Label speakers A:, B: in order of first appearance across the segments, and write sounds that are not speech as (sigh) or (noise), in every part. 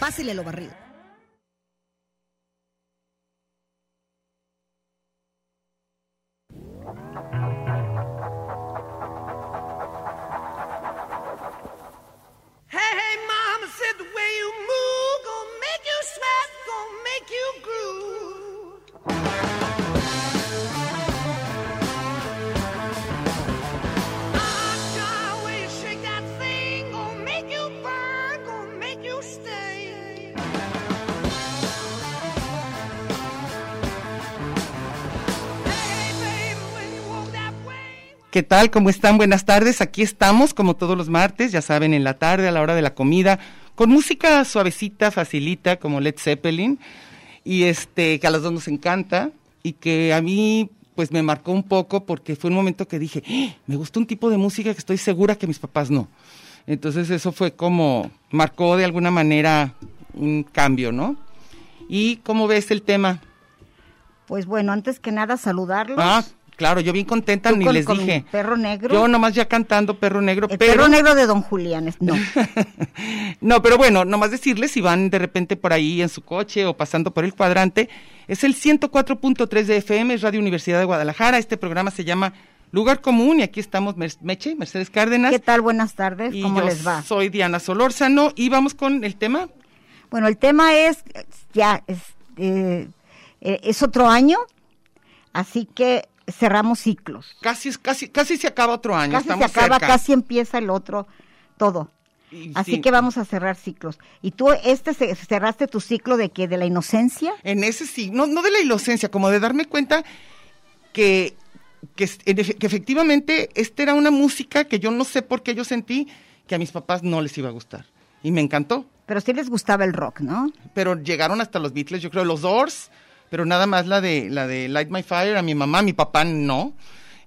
A: Pásele lo barrido.
B: Hey, hey, mama said the way you move gonna make you sweat, gonna make you groove. Ah, God, way you shake that thing, gonna make you burn, gonna make you stay. Hey, baby, when you walk that way.
C: ¿Qué tal? ¿Cómo están? Buenas tardes. Aquí estamos, como todos los martes, ya saben, en la tarde, a la hora de la comida, con música suavecita, facilita, como Led Zeppelin, y este, que a los dos nos encanta, y que a mí, pues me marcó un poco, porque fue un momento que dije, "¡Ah! me gusta un tipo de música que estoy segura que mis papás no. Entonces, eso fue como, marcó de alguna manera un cambio, ¿no? ¿Y cómo ves el tema?
D: Pues bueno, antes que nada saludarlos.
C: Ah, claro, yo bien contenta,
D: Tú
C: ni
D: con-
C: les
D: con
C: dije.
D: Perro negro.
C: Yo nomás ya cantando Perro Negro,
D: el
C: pero...
D: perro negro de Don Julián. es- No.
C: No, pero bueno, nomás decirles si van de repente por ahí en su coche o pasando por el cuadrante, es el 104.3 de FM, es Radio Universidad de Guadalajara. Este programa se llama Lugar Común y aquí estamos Mer- Meche, Mercedes Cárdenas.
D: ¿Qué tal? Buenas tardes.
C: Y
D: ¿Cómo
C: yo
D: les va?
C: soy Diana Solórzano y vamos con el tema.
D: Bueno, el tema es, eh, ya, es, eh, eh, es otro año, así que cerramos ciclos.
C: Casi, es- casi, casi se acaba otro año.
D: Casi se
C: estamos
D: acaba,
C: cerca.
D: casi empieza el otro, todo.
C: Y
D: Así
C: sí,
D: que vamos a cerrar ciclos. ¿Y tú este ce- cerraste tu ciclo de que ¿De la inocencia?
C: En ese sí, no, no de la inocencia, como de darme cuenta que, que, es- en efe- que efectivamente esta era una música que yo no sé por qué yo sentí que a mis papás no les iba a gustar. Y me encantó.
D: Pero sí les gustaba el rock, ¿no?
C: Pero llegaron hasta los Beatles, yo creo, los Doors, pero nada más la de, la de Light My Fire, a mi mamá, a mi papá no.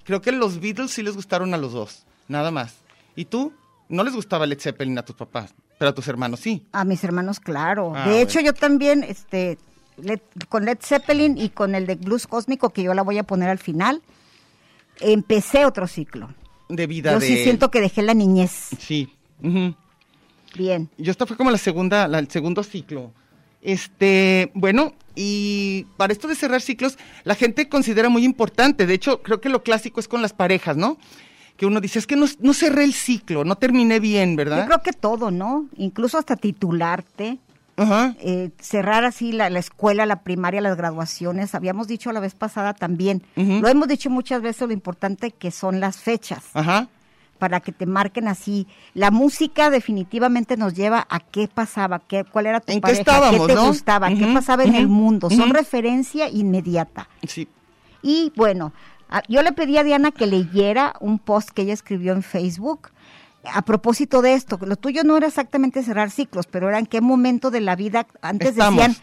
C: Creo que los Beatles sí les gustaron a los dos, nada más. ¿Y tú? No les gustaba Led Zeppelin a tus papás, pero a tus hermanos sí.
D: A mis hermanos, claro.
C: Ah,
D: de hecho,
C: bueno.
D: yo también, este, Led- con Led Zeppelin y con el de Blues Cósmico, que yo la voy a poner al final, empecé otro ciclo.
C: De vida
D: Yo
C: de...
D: sí siento que dejé la niñez.
C: Sí. ujú.
D: Bien.
C: Yo esta fue como la segunda, la- el segundo ciclo. Este, bueno, y para esto de cerrar ciclos, la gente considera muy importante. De hecho, creo que lo clásico es con las parejas, ¿no? Que uno dice, es que no, no cerré el ciclo, no terminé bien, ¿verdad?
D: Yo creo que todo, ¿no? Incluso hasta titularte,
C: Ajá.
D: eh, cerrar así la, la escuela, la primaria, las graduaciones. Habíamos dicho la vez pasada también.
C: Ujú. Ah.
D: Lo hemos dicho muchas veces lo importante que son las fechas.
C: Ajá.
D: para que te marquen así. La música definitivamente nos lleva a qué pasaba, qué, cuál era tu
C: ¿En qué
D: pareja,
C: estábamos,
D: qué te
C: no?
D: gustaba,
C: Ujú,
D: qué pasaba en
C: ujú,
D: el mundo. Son
C: ujú.
D: referencia inmediata.
C: Sí.
D: Y bueno, a- yo le pedí a Diana que leyera un post que ella escribió en Facebook. A propósito de esto, lo tuyo no era exactamente cerrar ciclos, pero era en qué momento de la vida, antes
C: Estamos.
D: decían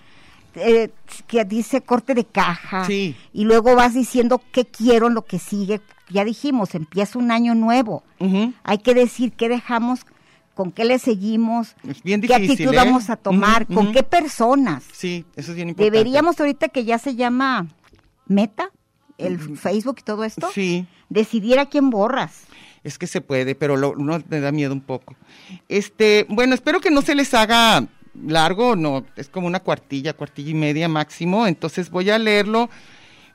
D: eh, que dice corte de caja,
C: Sí.
D: y luego vas diciendo qué quiero, en lo que sigue. Ya dijimos, empieza un año nuevo,
C: Ujú.
D: hay que decir qué dejamos, con qué le seguimos,
C: Es bien
D: qué
C: difícil.
D: actitud
C: ¿eh?
D: vamos a tomar,
C: Ujú,
D: con
C: ujú.
D: qué personas.
C: Sí, eso es bien importante.
D: Deberíamos ahorita que ya se llama Meta, el Facebook y todo esto,
C: Sí.
D: decidir a quién borras.
C: Es que se puede, pero lo, uno me da miedo un poco. Este, bueno, espero que no se les haga largo, no, es como una cuartilla, cuartilla y media máximo, entonces voy a leerlo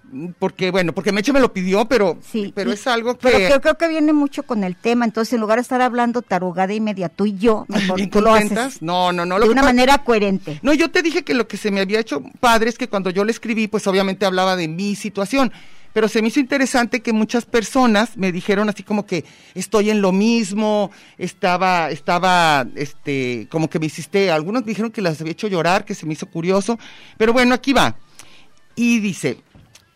C: mm, porque, bueno, porque Meche me lo pidió, pero,
D: Sí.
C: pero
D: y-
C: es algo que...
D: pero creo, creo que viene mucho con el tema, entonces en lugar de estar hablando tarugada y media tú
C: (laughs)
D: y yo, mejor
C: ¿Bien
D: tú lo
C: contentas?
D: haces
C: No, no, no. lo
D: de
C: que
D: una
C: pa-
D: manera coherente.
C: No, yo te dije que lo que se me había hecho padre es que cuando yo le escribí, pues obviamente hablaba de mi situación. Pero se me hizo interesante que muchas personas me dijeron así como que estoy en lo mismo, estaba, estaba, este, como que me hiciste, algunos me dijeron que las había hecho llorar, que se me hizo curioso, pero bueno, aquí va. Y dice,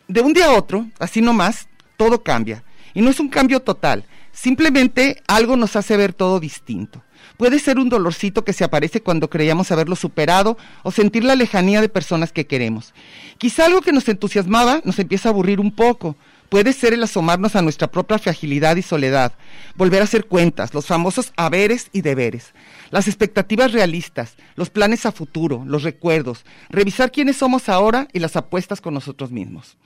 C: de un día a otro, así nomás, todo cambia. Y no es un cambio total, simplemente algo nos hace ver todo distinto. Puede ser un dolorcito que se aparece cuando creíamos haberlo superado o sentir la lejanía de personas que queremos. Quizá algo que nos entusiasmaba nos empieza a aburrir un poco. Puede ser el asomarnos a nuestra propia fragilidad y soledad, volver a hacer cuentas, los famosos haberes y deberes, las expectativas realistas, los planes a futuro, los recuerdos, revisar quiénes somos ahora y las apuestas con nosotros mismos.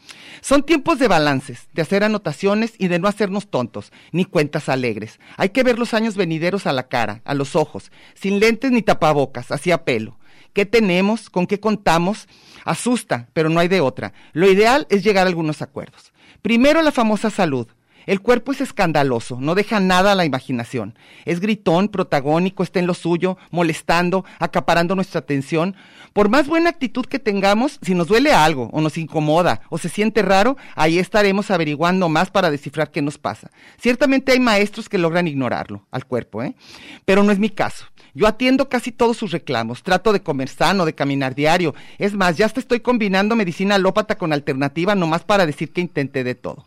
C: Son tiempos de balances, de hacer anotaciones y de no hacernos tontos, ni cuentas alegres. Hay que ver los años venideros a la cara, a los ojos, sin lentes ni tapabocas, así a pelo. ¿Qué tenemos? ¿Con qué contamos? Asusta, pero no hay de otra. Lo ideal es llegar a algunos acuerdos. Primero la famosa salud. El cuerpo es escandaloso, no deja nada a la imaginación. Es gritón, protagónico, está en lo suyo, molestando, acaparando nuestra atención. Por más buena actitud que tengamos, si nos duele algo, o nos incomoda, o se siente raro, ahí estaremos averiguando más para descifrar qué nos pasa. Ciertamente hay maestros que logran ignorarlo al cuerpo, ¿eh? Pero no es mi caso. Yo atiendo casi todos sus reclamos, trato de comer sano, de caminar diario. Es más, ya hasta estoy combinando medicina alópata con alternativa nomás para decir que intenté de todo.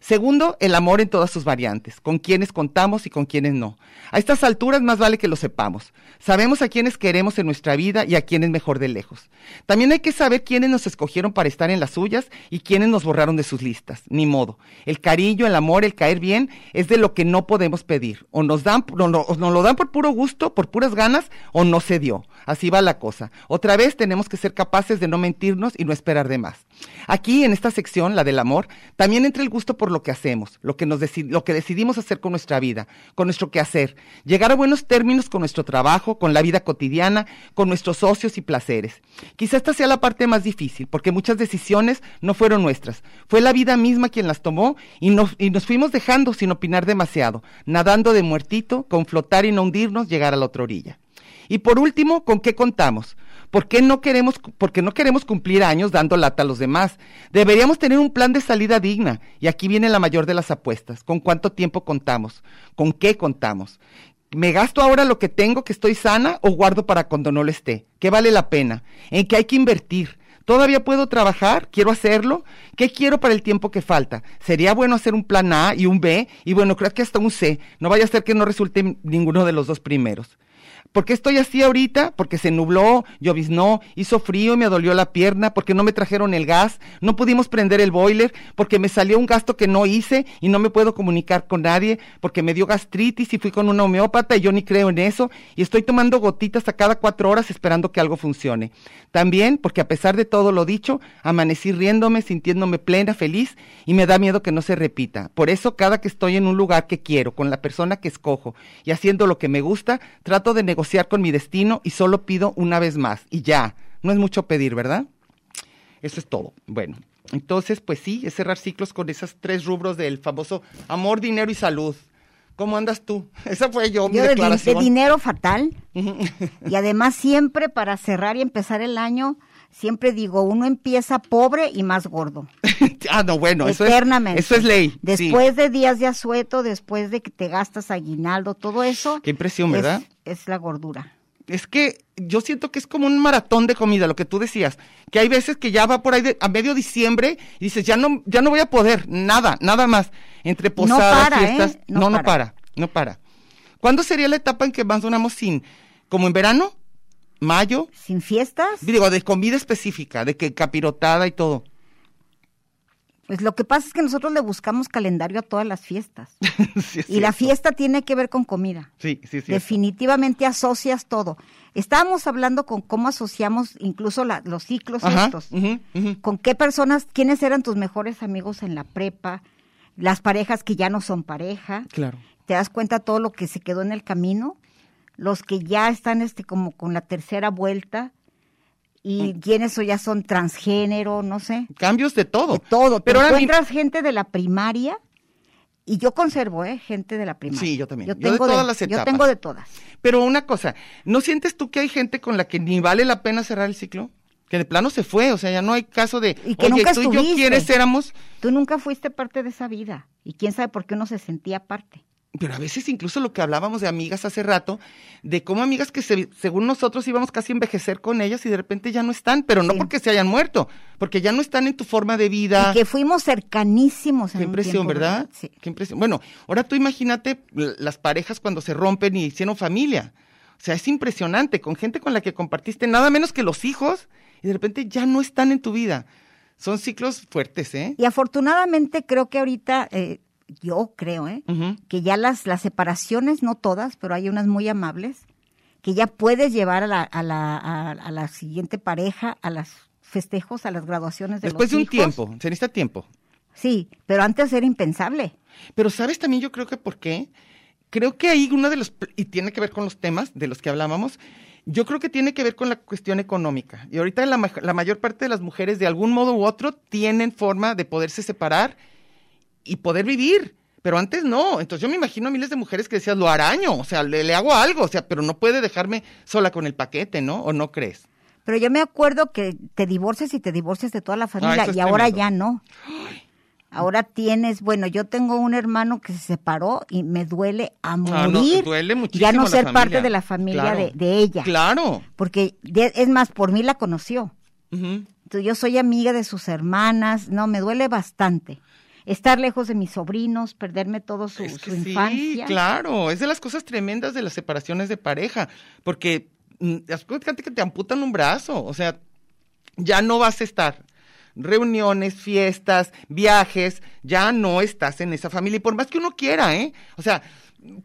C: Segundo, el amor en todas sus variantes, con quienes contamos y con quienes no. A estas alturas más vale que lo sepamos. Sabemos a quienes queremos en nuestra vida y a quienes mejor de lejos. También hay que saber quiénes nos escogieron para estar en las suyas y quiénes nos borraron de sus listas. Ni modo. El cariño, el amor, el caer bien es de lo que no podemos pedir. O nos, dan, o no- o nos lo dan por puro gusto, por puras ganas, o no se dio. Así va la cosa. Otra vez tenemos que ser capaces de no mentirnos y no esperar de más. Aquí, en esta sección, la del amor, también entra el gusto por lo que hacemos, lo que, nos deci- lo que decidimos hacer con nuestra vida, con nuestro quehacer, llegar a buenos términos con nuestro trabajo, con la vida cotidiana, con nuestros socios y placeres. Quizá esta sea la parte más difícil, porque muchas decisiones no fueron nuestras. Fue la vida misma quien las tomó y nos, y nos fuimos dejando sin opinar demasiado, nadando de muertito, con flotar y no hundirnos, llegar a la otra orilla. Y por último, ¿con qué contamos? ¿Por qué no queremos, porque no queremos cumplir años dando lata a los demás? Deberíamos tener un plan de salida digna. Y aquí viene la mayor de las apuestas. ¿Con cuánto tiempo contamos? ¿Con qué contamos? ¿Me gasto ahora lo que tengo que estoy sana o guardo para cuando no lo esté? ¿Qué vale la pena? ¿En qué hay que invertir? ¿Todavía puedo trabajar? ¿Quiero hacerlo? ¿Qué quiero para el tiempo que falta? Sería bueno hacer un plan A y un B y bueno, creo que hasta un C. No vaya a ser que no resulte ninguno de los dos primeros. ¿Por qué estoy así ahorita? Porque se nubló, lloviznó, hizo frío y me dolió la pierna, porque no me trajeron el gas, no pudimos prender el boiler, porque me salió un gasto que no hice y no me puedo comunicar con nadie, porque me dio gastritis y fui con un homeópata y yo ni creo en eso, y estoy tomando gotitas a cada cuatro horas esperando que algo funcione. También porque a pesar de todo lo dicho, amanecí riéndome, sintiéndome plena, feliz, y me da miedo que no se repita. Por eso cada que estoy en un lugar que quiero, con la persona que escojo y haciendo lo que me gusta, trato de negociar con mi destino y solo pido una vez más. Y ya, no es mucho pedir, ¿verdad? Eso es todo. Bueno, entonces, pues sí, es cerrar ciclos con esos tres rubros del famoso amor, dinero y salud. ¿Cómo andas tú? (laughs) Esa fue yo, mi
D: Yo de, din- de
C: declaración. (laughs)
D: dinero fatal. y además siempre para cerrar y empezar el año, siempre digo, uno empieza pobre y más gordo.
C: (laughs) ah, no, bueno, eso es,
D: eternamente.
C: eso es ley. sí.
D: Después de días de asueto, después de que te gastas aguinaldo, todo eso.
C: Qué impresión,
D: es-
C: ¿verdad?
D: Es, la gordura.
C: es que yo siento que es como un maratón de comida, lo que tú decías, que hay veces que ya va por ahí de- a medio diciembre y dices, ya no, ya no voy a poder, nada, nada más, entre posadas,
D: para, ¿eh?
C: fiestas,
D: No
C: no, no
D: para.
C: para, no para. ¿Cuándo sería la etapa en que más duramos sin, como en verano, mayo,
D: Sin fiestas.
C: digo, de comida específica, de que capirotada y todo? (laughs)
D: Pues lo que pasa es que nosotros le buscamos calendario a todas las fiestas.
C: Sí, (laughs) es
D: y
C: cierto.
D: la fiesta tiene que ver con comida.
C: Sí, sí, sí.
D: Definitivamente asocias todo. Estábamos hablando con cómo asociamos incluso la- los ciclos
C: Ajá,
D: estos.
C: ujú, ujú.
D: ¿Con qué personas, quiénes eran tus mejores amigos en la prepa? Las parejas que ya no son pareja.
C: Claro.
D: ¿Te das cuenta todo lo que se quedó en el camino? Los que ya están este como con la tercera vuelta y
C: Mm.
D: quienes o ya son transgénero, no sé.
C: Cambios de todo.
D: De todo.
C: Pero
D: Pero
C: ahora mi-
D: encuentras gente de la primaria y yo conservo, ¿eh? Gente de la primaria.
C: Sí, yo también.
D: Yo
C: Yo de
D: tengo de
C: todas las
D: Yo
C: etapas.
D: tengo de todas.
C: Pero una cosa, ¿no sientes tú que hay gente con la que ni vale la pena cerrar el ciclo? que de plano se fue, o sea, ya no hay caso de,
D: Y que
C: oye,
D: nunca
C: tú y yo
D: estuviste.
C: quieres éramos,
D: Tú nunca fuiste parte de esa vida y quién sabe por qué uno se sentía parte.
C: pero a veces incluso lo que hablábamos de amigas hace rato, de cómo amigas que se- según nosotros íbamos casi a envejecer con ellas y de repente ya no están, pero no
D: Sí.
C: porque se hayan muerto, porque ya no están en tu forma de vida.
D: Y que fuimos cercanísimos en
C: Qué
D: un
C: impresión,
D: tiempo,
C: ¿verdad?
D: Sí.
C: Qué impresión. Bueno, ahora tú imagínate l- las parejas cuando se rompen y hicieron familia. O sea, es impresionante, con gente con la que compartiste nada menos que los hijos y de repente ya no están en tu vida. Son ciclos fuertes, ¿eh?
D: Y afortunadamente creo que ahorita, eh, yo creo, ¿eh?
C: Ujú.
D: que ya las, las separaciones, no todas, pero hay unas muy amables, que ya puedes llevar a la, a la, a, a la siguiente pareja, a los festejos, a las graduaciones de
C: Después
D: los
C: de un
D: hijos.
C: tiempo, se necesita tiempo.
D: Sí, pero antes era impensable.
C: Pero sabes también yo creo que por qué. Creo que ahí uno de los, pl- y tiene que ver con los temas de los que hablábamos, yo creo que tiene que ver con la cuestión económica. Y ahorita la, maj- la mayor parte de las mujeres de algún modo u otro tienen forma de poderse separar y poder vivir. Pero antes no. Entonces yo me imagino a miles de mujeres que decían, lo araño, o sea, le, le hago algo, o sea, pero no puede dejarme sola con el paquete, ¿no? ¿O no crees?
D: Pero yo me acuerdo que te divorcias y te divorcias de toda la familia
C: Ah, eso es
D: y ahora
C: tremendo.
D: ya no. Ahora tienes, bueno, yo tengo un hermano que se separó y me duele a
C: Ah,
D: morir.
C: no, duele muchísimo
D: Ya no
C: la
D: ser parte
C: familia.
D: de la familia
C: Claro.
D: de, de ella.
C: Claro.
D: Porque de- es más, por mí la conoció.
C: Ujú.
D: Entonces, yo soy amiga de sus hermanas, no, me duele bastante. Estar lejos de mis sobrinos, perderme todo su,
C: Es que
D: su infancia.
C: Sí, claro, es de las cosas tremendas de las separaciones de pareja, porque mm, haz cuenta que te amputan un brazo, o sea, ya no vas a estar. Reuniones, fiestas, viajes, ya no estás en esa familia, y por más que uno quiera, ¿eh? O sea,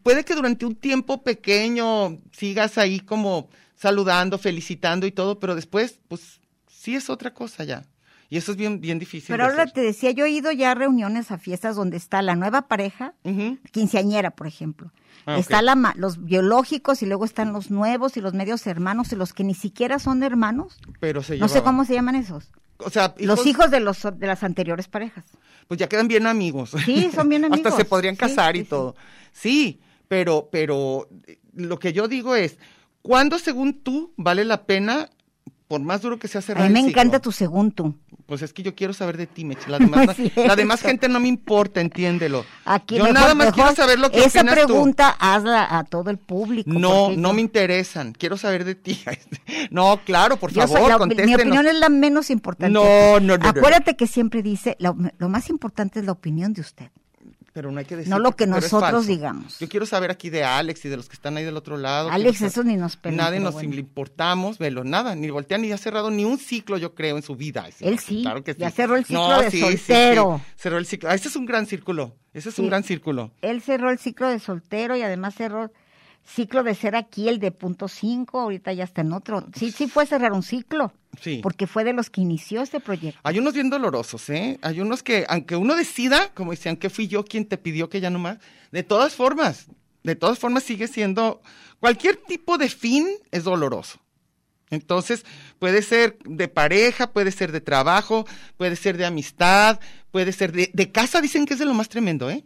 C: puede que durante un tiempo pequeño sigas ahí como saludando, felicitando y todo, pero después, pues, sí es otra cosa ya. Y eso es bien, bien difícil.
D: Pero
C: de
D: ahora
C: hacer.
D: te decía, yo he ido ya a reuniones, a fiestas donde está la nueva pareja,
C: Ujú.
D: quinceañera, por ejemplo.
C: Ah, ok.
D: Está la, ma- los biológicos y luego están los nuevos y los medios hermanos y los que ni siquiera son hermanos.
C: Pero se
D: No sé
C: llevaban.
D: cómo se llaman esos.
C: O sea,
D: Los hijos de, los, de las anteriores parejas.
C: pues ya quedan bien amigos.
D: Sí, son bien amigos.
C: (laughs) Hasta se podrían
D: Sí,
C: casar
D: sí,
C: y
D: sí.
C: todo. Sí, pero, pero eh, lo que yo digo es, ¿cuándo según tú vale la pena, por más duro que sea cerrar
D: A mí me
C: el ciclo?
D: encanta tu según tú.
C: Pues es que yo quiero saber de ti, Meche. La demás,
D: (laughs) No es
C: no-
D: cierto.
C: la demás gente no me importa, entiéndelo.
D: Aquí
C: yo
D: mejor-
C: nada más quiero
D: mejor
C: saber lo que
D: Esa
C: opinas tú.
D: pregunta hazla a todo el público.
C: No,
D: porque
C: no
D: yo-
C: me interesan. Quiero saber de ti. (laughs) No, claro, por
D: yo soy-
C: favor,
D: la- Mi
C: contéstenos.
D: opinión es la menos importante.
C: No, no, no, no.
D: Acuérdate que siempre dice, lo, lo más importante es la opinión de usted.
C: Pero no hay que decir.
D: No lo que
C: pero es
D: nosotros
C: falso.
D: digamos.
C: Yo quiero saber aquí de Alex y de los que están ahí del otro lado.
D: Alex,
C: Quiero
D: eso
C: saber-
D: ni nos pela,
C: Nadie
D: pero
C: nos
D: bueno.
C: le importamos, velo, nada. Ni voltean ni ha cerrado ni un ciclo, yo creo, en su vida. Ese,
D: Él sí,
C: Claro que sí.
D: ya cerró el ciclo de soltero.
C: Cerró el ciclo. Ah, ese es un gran círculo. Ese es
D: Sí.
C: un gran círculo.
D: Él cerró el ciclo de soltero y además cerró ciclo de ser aquí, el de punto cinco, ahorita ya está en otro. Sí, sí fue cerrar un ciclo.
C: Sí.
D: Porque fue de los que inició este proyecto.
C: Hay unos bien dolorosos, ¿eh? Hay unos que, aunque uno decida, como dice, aunque fui yo quien te pidió que ya no más, de todas formas, de todas formas sigue siendo, cualquier tipo de fin es doloroso. Entonces, puede ser de pareja, puede ser de trabajo, puede ser de amistad, puede ser de, de casa, dicen que es de lo más tremendo, ¿eh?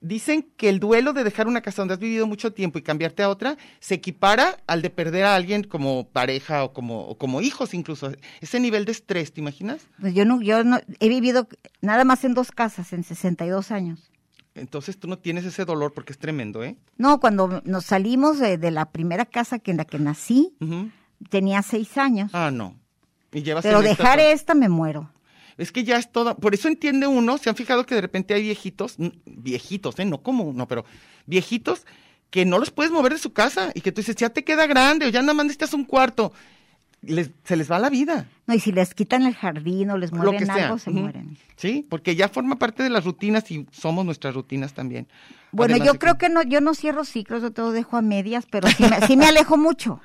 C: Dicen que el duelo de dejar una casa donde has vivido mucho tiempo y cambiarte a otra se equipara al de perder a alguien como pareja o como, o como hijos incluso. Ese nivel de estrés, ¿te imaginas?
D: Pues yo no, yo no, he vivido nada más en dos casas en 62 años.
C: Entonces tú no tienes ese dolor porque es tremendo, ¿eh?
D: No, cuando nos salimos de, de la primera casa que en la que nací,
C: Ujú.
D: tenía seis años.
C: Ah, no. Y llevas
D: Pero
C: Ah, en esta
D: dejar
C: to-
D: esta me muero.
C: Es que ya es toda, por eso entiende uno, se han fijado que de repente hay viejitos, n- viejitos, ¿eh? No como no, pero viejitos que no los puedes mover de su casa y que tú dices, ya te queda grande o ya nada más necesitas un cuarto. Les- se les va la vida.
D: No, y si les quitan el jardín o les
C: lo que
D: mueven
C: sea.
D: algo, se
C: Ujú.
D: mueren.
C: Sí, porque ya forma parte de las rutinas y somos nuestras rutinas también.
D: Bueno,
C: Además
D: yo
C: de
D: creo que no, yo no cierro ciclos, yo todo dejo a medias, pero sí me, sí me alejo mucho.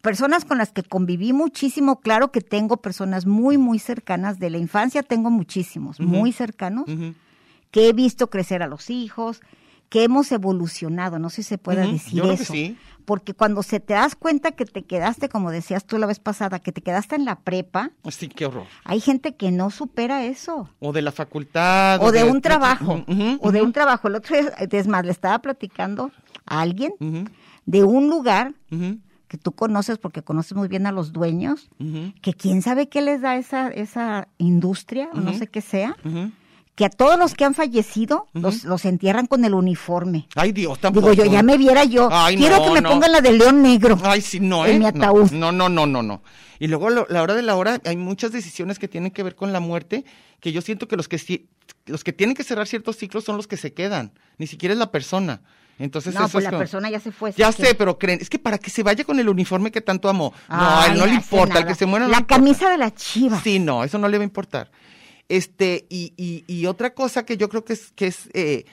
D: Personas con las que conviví muchísimo, claro que tengo personas muy, muy cercanas, de la infancia tengo muchísimos, muy cercanos,
C: Ujú.
D: que he visto crecer a los hijos, que hemos evolucionado, no sé si se pueda
C: Ujú,
D: decir
C: yo creo que
D: eso.
C: sí.
D: Porque cuando se te das cuenta que te quedaste, como decías tú la vez pasada, que te quedaste en la prepa,
C: Sí, qué horror.
D: hay gente que no supera eso.
C: O de la facultad.
D: O de un trabajo,
C: Ujú,
D: o de
C: ujú,
D: un trabajo. El otro día, es más, le estaba platicando a alguien
C: ujú,
D: de un lugar
C: ujú.
D: que tú conoces porque conoces muy bien a los dueños, que quién sabe qué les da esa, esa industria, o no sé qué sea,
C: Ujú.
D: que a todos los que han fallecido los, los entierran con el uniforme.
C: Ay, Dios, tampoco.
D: Digo yo, ya me viera yo.
C: pues Ay,
D: Quiero
C: no,
D: que me
C: no.
D: pongan la de león negro
C: Ay, sí, no, ¿eh?
D: en mi
C: No,
D: ataúd.
C: No, no, no, no, no. Y luego, lo- la hora de la hora, hay muchas decisiones que tienen que ver con la muerte, que yo siento que los que, sí- los que tienen que cerrar ciertos ciclos son los que se quedan, ni siquiera es la persona. Entonces,
D: No,
C: eso
D: pues
C: es
D: la
C: como-
D: persona ya se fue.
C: Ya
D: así
C: sé,
D: que-
C: pero creen, es que para que se vaya con el uniforme que tanto amó. No, a
D: Ay,
C: él no le
D: hace
C: importa, al
D: nada.
C: que se muera no le
D: La
C: importa.
D: camisa de la chiva.
C: Sí, no, eso no le va a importar. Este, y, y- y otra cosa que yo creo que es, que es eh,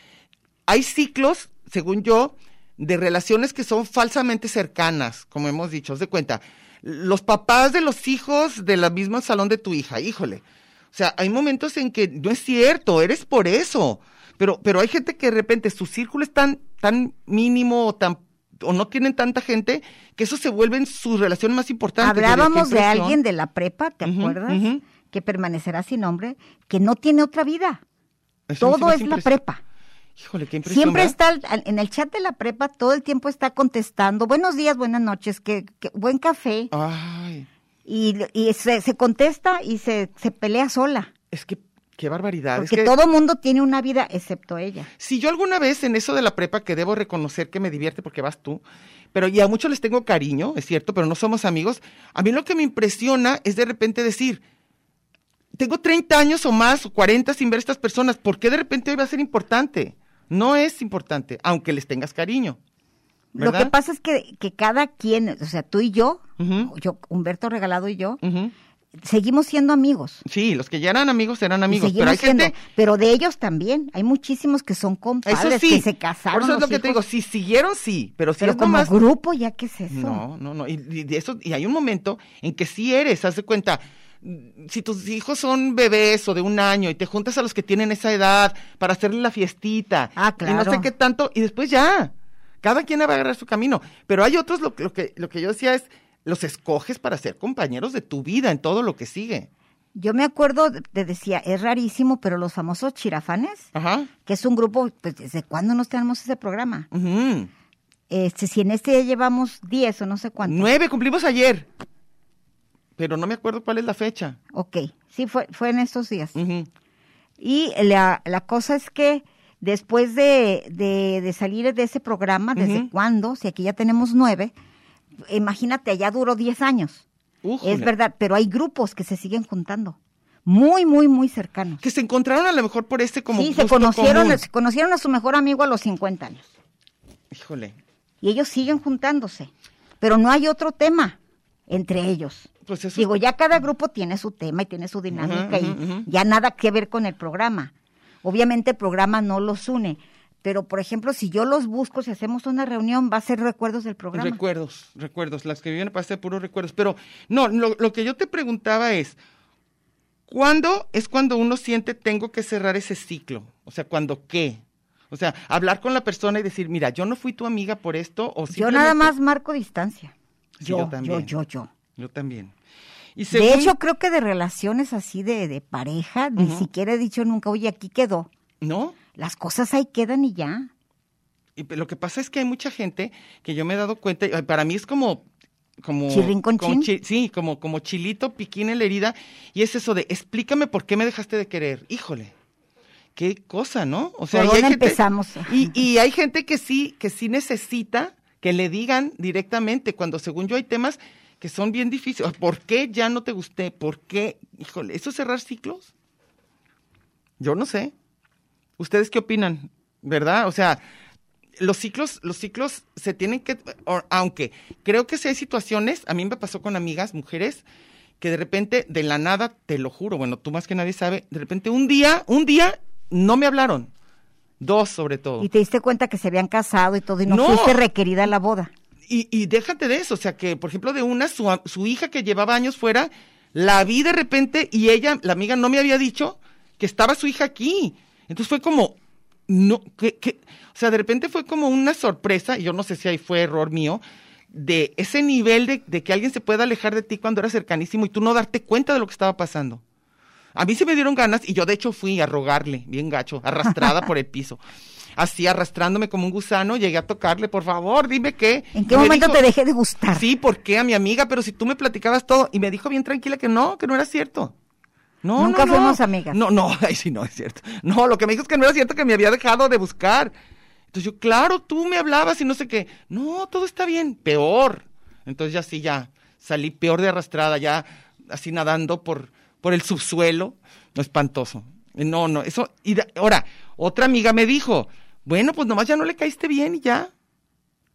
C: hay ciclos, según yo, de relaciones que son falsamente cercanas, como hemos dicho, haz de cuenta. Los papás de los hijos de la misma salón de tu hija, híjole. O sea, hay momentos en que no es cierto, eres por eso. Pero, pero hay gente que de repente su círculo es tan, tan mínimo o tan o no tienen tanta gente que eso se vuelve en su relación más importante. Yo diría, qué
D: Hablábamos de
C: impresión.
D: alguien de la prepa, ¿te
C: Ujú,
D: acuerdas?
C: ujú.
D: Que permanecerá sin nombre, que no tiene otra vida.
C: Eso se me
D: Todo
C: hace
D: es la
C: impresi-
D: prepa.
C: Híjole, qué impresión.
D: Siempre
C: ¿verdad?
D: está al- al- en el chat de la prepa, todo el tiempo está contestando, buenos días, buenas noches, que, que- buen café.
C: Ay,
D: Y, y se, se contesta y se, se pelea sola.
C: es que qué barbaridad. Ah, es que-
D: Porque todo mundo tiene una vida excepto ella.
C: Si yo alguna vez en eso de la prepa, que debo reconocer que me divierte porque vas tú, pero y a muchos les tengo cariño, es cierto, pero no somos amigos, a mí lo que me impresiona es de repente decir, tengo 30 años o más, o 40 sin ver a estas personas, ¿por qué de repente hoy va a ser importante? No es importante, aunque les tengas cariño.
D: Lo
C: ¿Verdad?
D: que pasa es que, que cada quien, o sea, tú y yo,
C: Ujú.
D: yo, Humberto Regalado y yo,
C: Ujú.
D: seguimos siendo amigos.
C: Sí, los que ya eran amigos eran
D: y
C: amigos, pero
D: seguimos
C: hay
D: siendo,
C: gente
D: pero de ellos también. Hay muchísimos que son compadres,
C: Eso sí.
D: que se casaron.
C: Por eso es lo
D: los
C: que te digo,
D: hijos,
C: si siguieron, sí, pero si
D: pero
C: es
D: como
C: nomás-
D: grupo, ya que es eso.
C: No, no, no. Y, y de eso, y hay un momento en que sí eres, haz de cuenta. mm, Si tus hijos son bebés o de un año y te juntas a los que tienen esa edad para hacerle la fiestita.
D: Ah,
C: Y no sé
D: claro.
C: qué tanto, y después ya. Cada quien va a agarrar su camino. Pero hay otros, lo, lo que, lo que yo decía es, los escoges para ser compañeros de tu vida en todo lo que sigue.
D: Yo me acuerdo, de- te decía, es rarísimo, pero los famosos chirafanes,
C: Ajá.
D: que es un grupo, pues, ¿desde cuándo nos tenemos ese programa?
C: Ujú.
D: Este, si en este ya llevamos 10 o no sé cuánto.
C: Nueve, cumplimos ayer. Pero no me acuerdo cuál es la fecha.
D: Ok, sí, fue, fue en estos días.
C: Ujú.
D: Y la, la cosa es que después de, de- de salir de ese programa, ¿desde
C: Ujú.
D: cuándo? Si aquí ya tenemos nueve, imagínate, allá duró 10 años.
C: Újule.
D: Es verdad, pero hay grupos que se siguen juntando. Muy, muy, muy cercanos.
C: Que se encontraron a lo mejor por este como
D: sí, se
C: gusto
D: conocieron,
C: común.
D: se conocieron a su mejor amigo a los 50 años.
C: Híjole,
D: Y ellos siguen juntándose. Pero no hay otro tema entre ellos.
C: pues eso.
D: Digo, ya cada grupo tiene su tema y tiene su dinámica
C: Ujú, ujú,
D: y
C: ujú.
D: ya nada que ver con el programa. Obviamente el programa no los une, pero por ejemplo, si yo los busco, si hacemos una reunión, va a ser recuerdos del programa.
C: Recuerdos, recuerdos. Las que viven a pasar puros recuerdos. Pero no, lo, lo que yo te preguntaba es: ¿cuándo es cuando uno siente tengo que cerrar ese ciclo? O sea, ¿cuándo qué? O sea, hablar con la persona y decir, mira, yo no fui tu amiga por esto, o
D: yo nada
C: simplemente-
D: más marco distancia.
C: Sí,
D: yo,
C: yo
D: yo,
C: también.
D: yo, yo.
C: Yo también. Y
D: De
C: según-
D: hecho, creo que de relaciones así de, de pareja, ni siquiera he dicho nunca, oye, aquí quedó.
C: ¿no?
D: Las cosas ahí quedan y ya.
C: Y pe- lo que pasa es que hay mucha gente que yo me he dado cuenta, y, ay, para mí es como... Como,
D: Chirrín con
C: como
D: chin.
C: chi- sí, como, como chilito, piquín en la herida. Y es eso de, explícame por qué me dejaste de querer. Híjole, qué cosa, ¿no? O
D: ¿Por
C: y
D: dónde
C: hay gente-
D: empezamos?
C: Y, y hay gente que sí, que sí necesita que le digan directamente, cuando según yo hay temas que son bien difíciles. ¿Por qué ya no te gusté? ¿Por qué? Híjole, ¿eso es cerrar ciclos? Yo no sé. ¿Ustedes qué opinan? ¿Verdad? O sea, los ciclos, los ciclos se tienen que, o- aunque creo que si hay situaciones, a mí me pasó con amigas, mujeres, que de repente, de la nada, te lo juro, bueno, tú más que nadie sabe, de repente un día, un día no me hablaron. Dos sobre todo.
D: Y te diste cuenta que se habían casado y todo y no,
C: No.
D: fuiste requerida a la boda.
C: Y, y déjate de eso, o sea que, por ejemplo, de una, su, a- su hija que llevaba años fuera, la vi de repente y ella, la amiga, no me había dicho que estaba su hija aquí. Entonces fue como, no, que, que, o sea, de repente fue como una sorpresa, y yo no sé si ahí fue error mío, de ese nivel de, de que alguien se pueda alejar de ti cuando era cercanísimo y tú no darte cuenta de lo que estaba pasando. A mí se me dieron ganas y yo de hecho fui a rogarle, bien gacho, arrastrada por el piso. Así arrastrándome como un gusano, llegué a tocarle, por favor, dime qué.
D: ¿En qué
C: Y me
D: momento
C: dijo,
D: te dejé de gustar?
C: Sí, ¿por qué a mi amiga? Pero si tú me platicabas todo. Y me dijo bien tranquila que no, que no era cierto. No,
D: Nunca
C: no, no.
D: fuimos amigas.
C: No, no, (laughs) ay, sí, no, es cierto. No, lo que me dijo es que no era cierto que me había dejado de buscar. Entonces yo, claro, tú me hablabas y no sé qué. No, todo está bien, peor. Entonces ya sí, ya salí peor de arrastrada, ya así nadando por, por el subsuelo. No, espantoso. Eh, No, no, eso. Y da- ahora, otra amiga me dijo, bueno, pues nomás ya no le caíste bien y ya.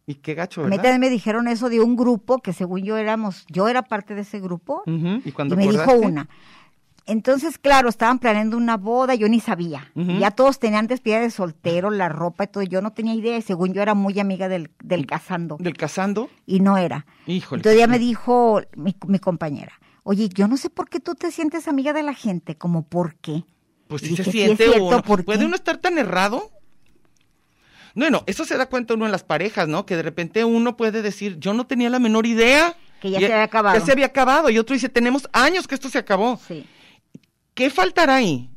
C: Y qué gacho,
D: A mí
C: ¿verdad?
D: también me dijeron eso de un grupo que según yo éramos, yo era parte de ese grupo
C: Ujú, ¿y Mm, cuando
D: me dijo
C: acordaste?
D: una. Entonces, claro, estaban planeando una boda, yo ni sabía.
C: Ujú.
D: Ya todos tenían despedida de soltero, la ropa y todo, yo no tenía idea y según yo era muy amiga del, del casando
C: Del casando.
D: y no era.
C: Híjole.
D: Entonces ya me dijo mi, mi compañera, oye, yo no sé por qué tú te sientes amiga de la gente, como por qué.
C: Pues
D: Y
C: sí se
D: dije, "Sí es
C: siente
D: cierto,
C: uno.
D: ¿por
C: ¿Puede
D: qué?".
C: uno estar tan errado? Bueno, eso se da cuenta uno en las parejas, ¿no? Que de repente uno puede decir, yo no tenía la menor idea.
D: Que ya
C: Y-
D: se había acabado.
C: Ya se había acabado. Y otro dice, tenemos años que esto se acabó.
D: Sí.
C: ¿Qué faltará ahí?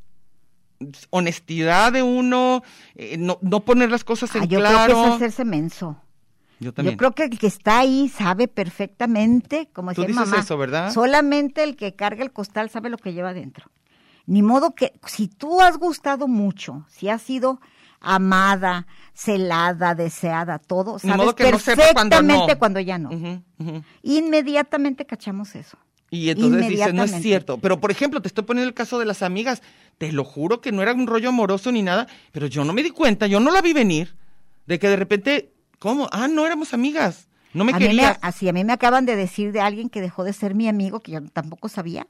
C: Honestidad de uno, eh, no, no poner las cosas en
D: Ah, yo
C: claro.
D: creo que es hacerse menso.
C: Yo también.
D: Yo creo que el que está ahí sabe perfectamente, como
C: Tú
D: decía mi
C: dices
D: mamá,
C: eso, ¿verdad?
D: solamente el que carga el costal sabe lo que lleva adentro. Ni modo que, si tú has gustado mucho, si has sido amada, celada, deseada, todo,
C: Ni
D: sabes
C: modo que no sepa
D: perfectamente
C: cuando no.
D: cuando ya no.
C: Ujú, ujú.
D: Inmediatamente cachamos eso.
C: Y entonces dices, no es
D: Inmediatamente.
C: cierto. Pero, por ejemplo, te estoy poniendo el caso de las amigas. Te lo juro que no era un rollo amoroso ni nada, pero yo no me di cuenta, yo no la vi venir, de que de repente, ¿cómo? Ah, no éramos amigas. No me
D: a mí me,
C: querías.
D: así, a mí me acaban de decir de alguien que dejó de ser mi amigo, que yo tampoco sabía,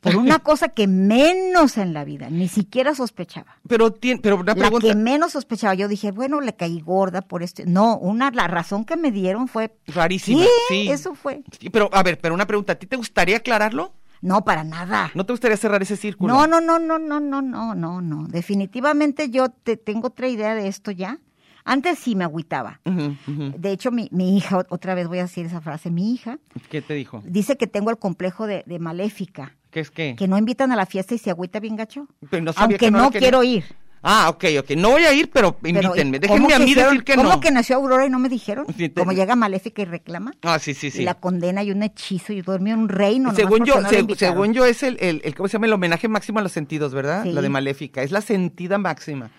D: por
C: (laughs)
D: una cosa que menos en la vida, ni siquiera sospechaba.
C: Pero, tien- pero una
D: la
C: pregunta.
D: que menos sospechaba. Yo dije, bueno, le caí gorda por esto. No, una la razón que me dieron fue
C: Rarísima,
D: ¿Qué?
C: sí.
D: Eso fue.
C: Sí, Pero, a ver, pero una pregunta, ¿a ti te gustaría aclararlo?
D: No, para nada.
C: ¿No te gustaría cerrar ese círculo?
D: No, no, no, no, no, no, no, no, no. Definitivamente yo te tengo otra idea de esto ya. Antes sí me agüitaba.
C: Ujú, ujú.
D: De hecho, mi, mi hija, ot- otra vez voy a decir esa frase, mi hija
C: ¿Qué te dijo?
D: dice que tengo el complejo de, de maléfica,
C: ¿Qué es qué?
D: que no invitan a la fiesta y se agüita bien gacho.
C: Pero no sabía
D: Aunque
C: que no la
D: no,
C: quería-
D: quiero ir.
C: Ah, ok, ok. No voy a ir, pero
D: Pero,
C: invítenme.
D: ¿cómo
C: Déjenme a
D: que
C: mí
D: hicieron-
C: decir que no.
D: ¿Cómo que nació Aurora y no me dijeron?
C: Sí, te-
D: Como llega maléfica y reclama.
C: Ah, sí, sí, sí.
D: y la condena y un hechizo y durmió en un reino. nomás
C: según
D: porque
C: yo,
D: no la
C: seg-
D: invitaron.
C: según yo es el, el, el- ¿cómo se llama? El homenaje máximo a los sentidos, ¿verdad?
D: Sí.
C: La de Maléfica, es la sentida máxima.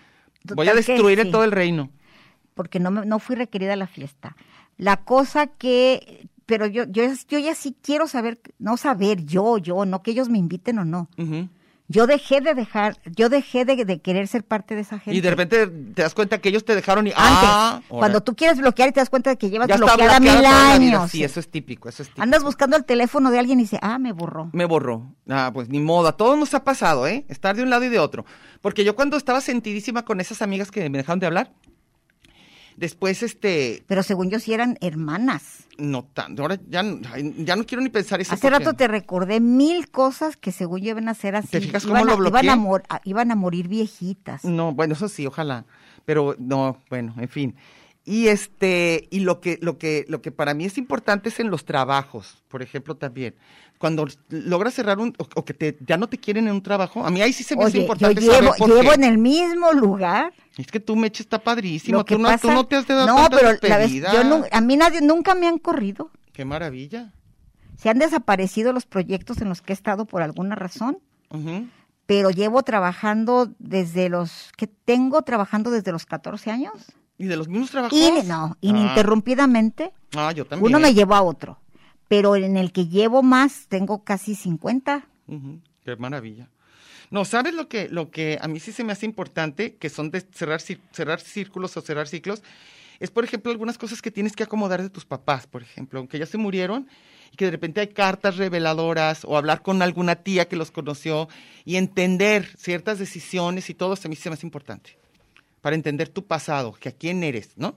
C: Voy a
D: Total que
C: destruir
D: sí.
C: todo el reino.
D: Porque no, me- no fui requerida a la fiesta. La cosa que, pero yo, yo, yo ya sí quiero saber, no saber yo, yo, no que ellos me inviten o no.
C: Ujú.
D: Yo dejé de dejar, yo dejé de, de querer ser parte de esa gente.
C: Y de repente te das cuenta que ellos te dejaron y
D: Antes,
C: ah, ahora.
D: cuando tú quieres bloquear y te das cuenta de que llevas
C: Ya está
D: bloqueada mil
C: bloqueada toda la vida.
D: años.
C: Sí, eso es típico, eso es típico.
D: Andas buscando el teléfono de alguien y dice, ah, me borró.
C: Me borró. Ah, pues ni modo. A todos nos ha pasado, ¿eh? Estar de un lado y de otro. Porque yo cuando estaba sentidísima con esas amigas que me dejaron de hablar, después, este,
D: Pero según yo sí eran hermanas.
C: no tanto. Ahora ya, no- ay, ya no quiero ni pensar eso.
D: Hace
C: porque-
D: rato te recordé mil cosas que según yo iban a ser así.
C: ¿Te fijas
D: iban,
C: cómo lo
D: a, iban, a
C: bloqueé? Mm,
D: mor- a- iban a morir viejitas.
C: No, bueno, eso sí, ojalá. Pero no, bueno, en fin. Y este, y lo que, lo que, lo que para mí es importante es en los trabajos, por ejemplo, también. Cuando logras cerrar un, o, o que te, ya no te quieren en un trabajo, a mí ahí sí se me hace
D: Oye, yo
C: importante saber
D: llevo,
C: por
D: llevo
C: qué.
D: en el mismo lugar.
C: Es que tú, Meche, está padrísimo.
D: Lo que
C: tú, no, tú
D: pasa-
C: no te has dado
D: No,
C: cuenta
D: pero
C: de
D: la vez- yo nu- a mí nadie, nunca me han corrido.
C: Qué maravilla.
D: Se han desaparecido los proyectos en los que he estado por alguna razón,
C: Ujú.
D: pero llevo trabajando desde los, que tengo trabajando desdesde los 14 años.
C: Y de los mismos trabajos.
D: Y no, ininterrumpidamente.
C: Ah, ah, yo también.
D: Uno me llevó a otro. Pero en el que llevo más, tengo casi 50.
C: Ujú, Qué maravilla. No, ¿sabes lo que, lo que a mí sí se me hace importante, que son de cerrar, cir- cerrar círculos o cerrar ciclos? Es, por ejemplo, algunas cosas que tienes que acomodar de tus papás, por ejemplo, aunque ya se murieron y que de repente hay cartas reveladoras o hablar con alguna tía que los conoció y entender ciertas decisiones y todo, eso a mí sí se me hace importante. Para entender tu pasado, que a quién eres, ¿no?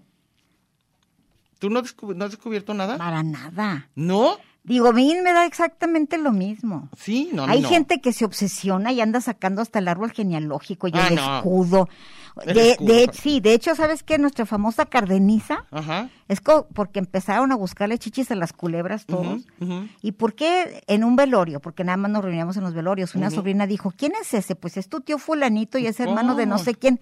C: ¿Tú no, descu- no has descubierto nada?
D: Para nada.
C: ¿No?
D: Digo, a mí me da exactamente lo mismo.
C: Sí, no, a mí
D: Hay
C: no.
D: gente que se obsesiona y anda sacando hasta el árbol genealógico y
C: Ah,
D: el
C: no.
D: escudo. De,
C: Eres
D: de-
C: culpa.
D: sí, de hecho, ¿sabes qué? Nuestra famosa cardeniza
C: Ajá.
D: es co- porque empezaron a buscarle chichis a las culebras todos.
C: Ujú, ujú.
D: ¿Y por qué en un velorio? Porque nada más nos reuníamos en los velorios. Una sobrina dijo, ¿quién es ese? Pues es tu tío fulanito
C: Pues,
D: y es hermano de no sé quién.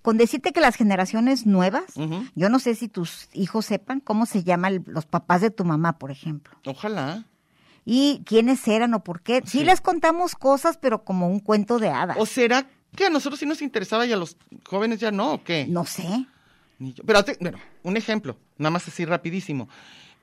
D: Con decirte que las generaciones nuevas,
C: Ujú.
D: yo no sé si tus hijos sepan cómo se llaman los papás de tu mamá, por ejemplo.
C: Ojalá.
D: Y quiénes eran o por qué. Sí,
C: Sí.
D: les contamos cosas, pero como un cuento de hadas.
C: ¿O será que a nosotros sí nos interesaba y a los jóvenes ya no o qué?
D: no sé.
C: Ni yo. Pero, hazte- bueno, un ejemplo, nada más así rapidísimo.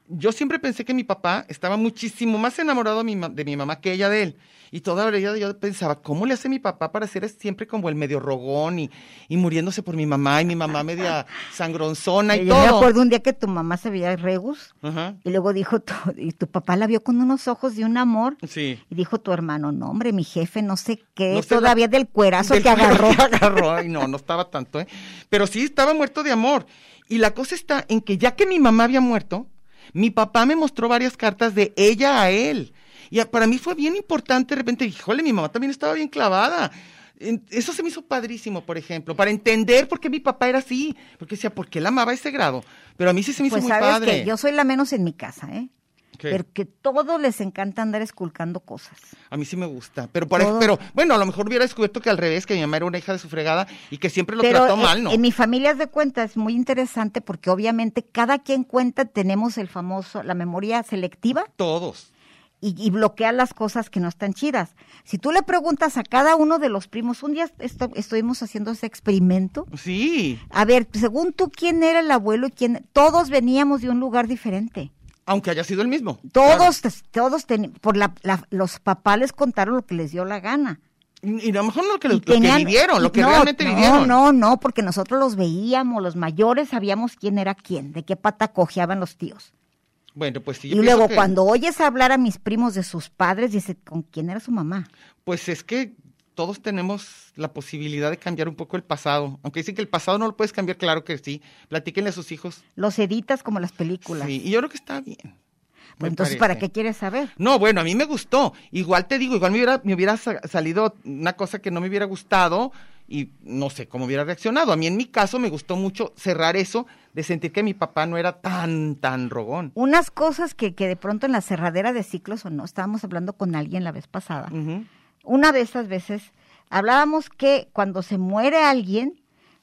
C: Yo siempre pensé que mi papá estaba muchísimo más enamorado de mi, ma- de mi mamá que ella de él. Y toda la vida yo pensaba, ¿cómo le hace mi papá para ser siempre como el medio rogón y, y muriéndose por mi mamá y mi mamá media sangronzona y
D: yo me
C: todo?
D: acuerdo un día que tu mamá se veía Regus
C: Ajá.
D: y luego dijo, tu- y tu papá la vio con unos ojos de un amor.
C: Sí.
D: Y dijo tu hermano, no hombre, mi jefe, no sé qué,
C: No sé la-
D: todavía del cuerazo
C: Del
D: que
C: cuero
D: agarró.
C: que agarró. (laughs) Ay, no, no estaba tanto, ¿eh? Pero sí estaba muerto de amor. Y la cosa está en que ya que mi mamá había muerto, mi papá me mostró varias cartas de ella a él. Y a- para mí fue bien importante de repente, híjole, mi mamá también estaba bien clavada. En- Eso se me hizo padrísimo, por ejemplo, para entender por qué mi papá era así, porque decía, ¿por qué la amaba a ese grado? Pero a mí sí se me hizo
D: Pues
C: muy
D: sabes
C: padre.
D: que yo soy la menos en mi casa, ¿eh?
C: ¿Qué?
D: Porque todos les encanta andar esculcando cosas.
C: A mí sí me gusta, pero, por ej-
D: Todo.
C: pero bueno, a lo mejor hubiera descubierto que al revés, que mi mamá era una hija de su fregada y que siempre lo
D: Pero
C: trató
D: en-
C: mal, ¿no?
D: en mi familia haz de cuenta es muy interesante porque obviamente cada quien cuenta tenemos el famoso la memoria selectiva
C: Todos.
D: y, y bloquea las cosas que no están chidas. Si tú le preguntas a cada uno de los primos, un día estu- estuvimos haciendo ese experimento.
C: Sí.
D: A ver, según tú quién era el abuelo y quién, todos veníamos de un lugar diferente.
C: Aunque haya sido el mismo.
D: Todos, todos ten- por la, la- los papás les contaron lo que les dio la gana.
C: Claro. Y a lo mejor no lo que,
D: Y
C: lo que
D: tenían-
C: vivieron, lo que
D: no,
C: realmente
D: no,
C: vivieron.
D: No, no, porque nosotros los veíamos, los mayores sabíamos quién era quién, de qué pata cojeaban los tíos.
C: Bueno, pues sí. yo
D: Y
C: pienso
D: luego
C: que-
D: cuando oyes hablar a mis primos de sus padres, dice, ¿con quién era su mamá?
C: Pues es que todos tenemos la posibilidad de cambiar un poco el pasado. Aunque dicen que el pasado no lo puedes cambiar, claro que sí. Platíquenle a sus hijos.
D: Los editas como las películas.
C: Sí, y yo creo que está bien. me
D: Pues entonces, ¿para
C: parece.
D: qué quieres saber?
C: No, bueno, a mí me gustó. Igual te digo, igual me hubiera, me hubiera sa- salido una cosa que no me hubiera gustado y no sé cómo hubiera reaccionado. A mí en mi caso me gustó mucho cerrar eso de sentir que mi papá no era tan, tan rogón.
D: Unas cosas que, que de pronto en la cerradera de ciclos o no, estábamos hablando con alguien la vez pasada.
C: Ujú.
D: Una de esas veces hablábamos que cuando se muere alguien,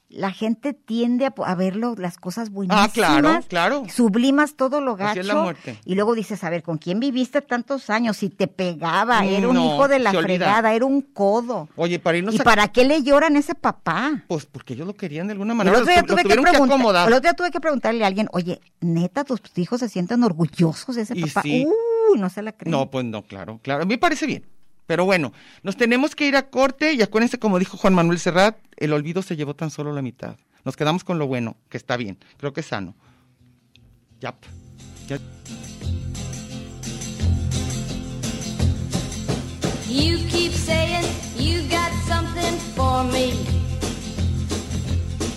D: la gente tiende a, po- a verlo las cosas buenísimas.
C: Ah, claro, claro.
D: Sublimas todo lo gacho.
C: Así es la muerte.
D: Y luego dices, a ver, ¿con quién viviste tantos años? Si te pegaba,
C: Mm,
D: era un
C: no,
D: hijo de la
C: se olvida.
D: fregada, era un codo.
C: Oye, para irnos
D: ¿Y
C: a-
D: para qué le lloran a ese papá?
C: Pues porque ellos lo querían de alguna
D: El
C: manera.
D: otro,
C: los
D: día
C: tu- los
D: tuve que
C: tuvieron que
D: preguntar-
C: acomodar.
D: el otro día tuve que preguntarle a alguien, oye, neta, tus hijos se sienten orgullosos de ese
C: Y
D: papá.
C: sí.
D: Uy, no se la creen.
C: No, pues no, claro, claro. A mí me parece bien. Pero bueno, nos tenemos que ir a corte y acuérdense, como dijo Juan Manuel Serrat, el olvido se llevó tan solo la mitad. Nos quedamos con lo bueno, que está bien. Creo que es sano. Yap. Ya.
E: You keep saying you've got something for me.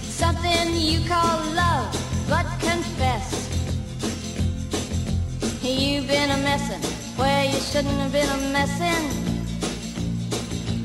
E: Something you call love, but confess. You've been a messin' where you shouldn't have been a messin'.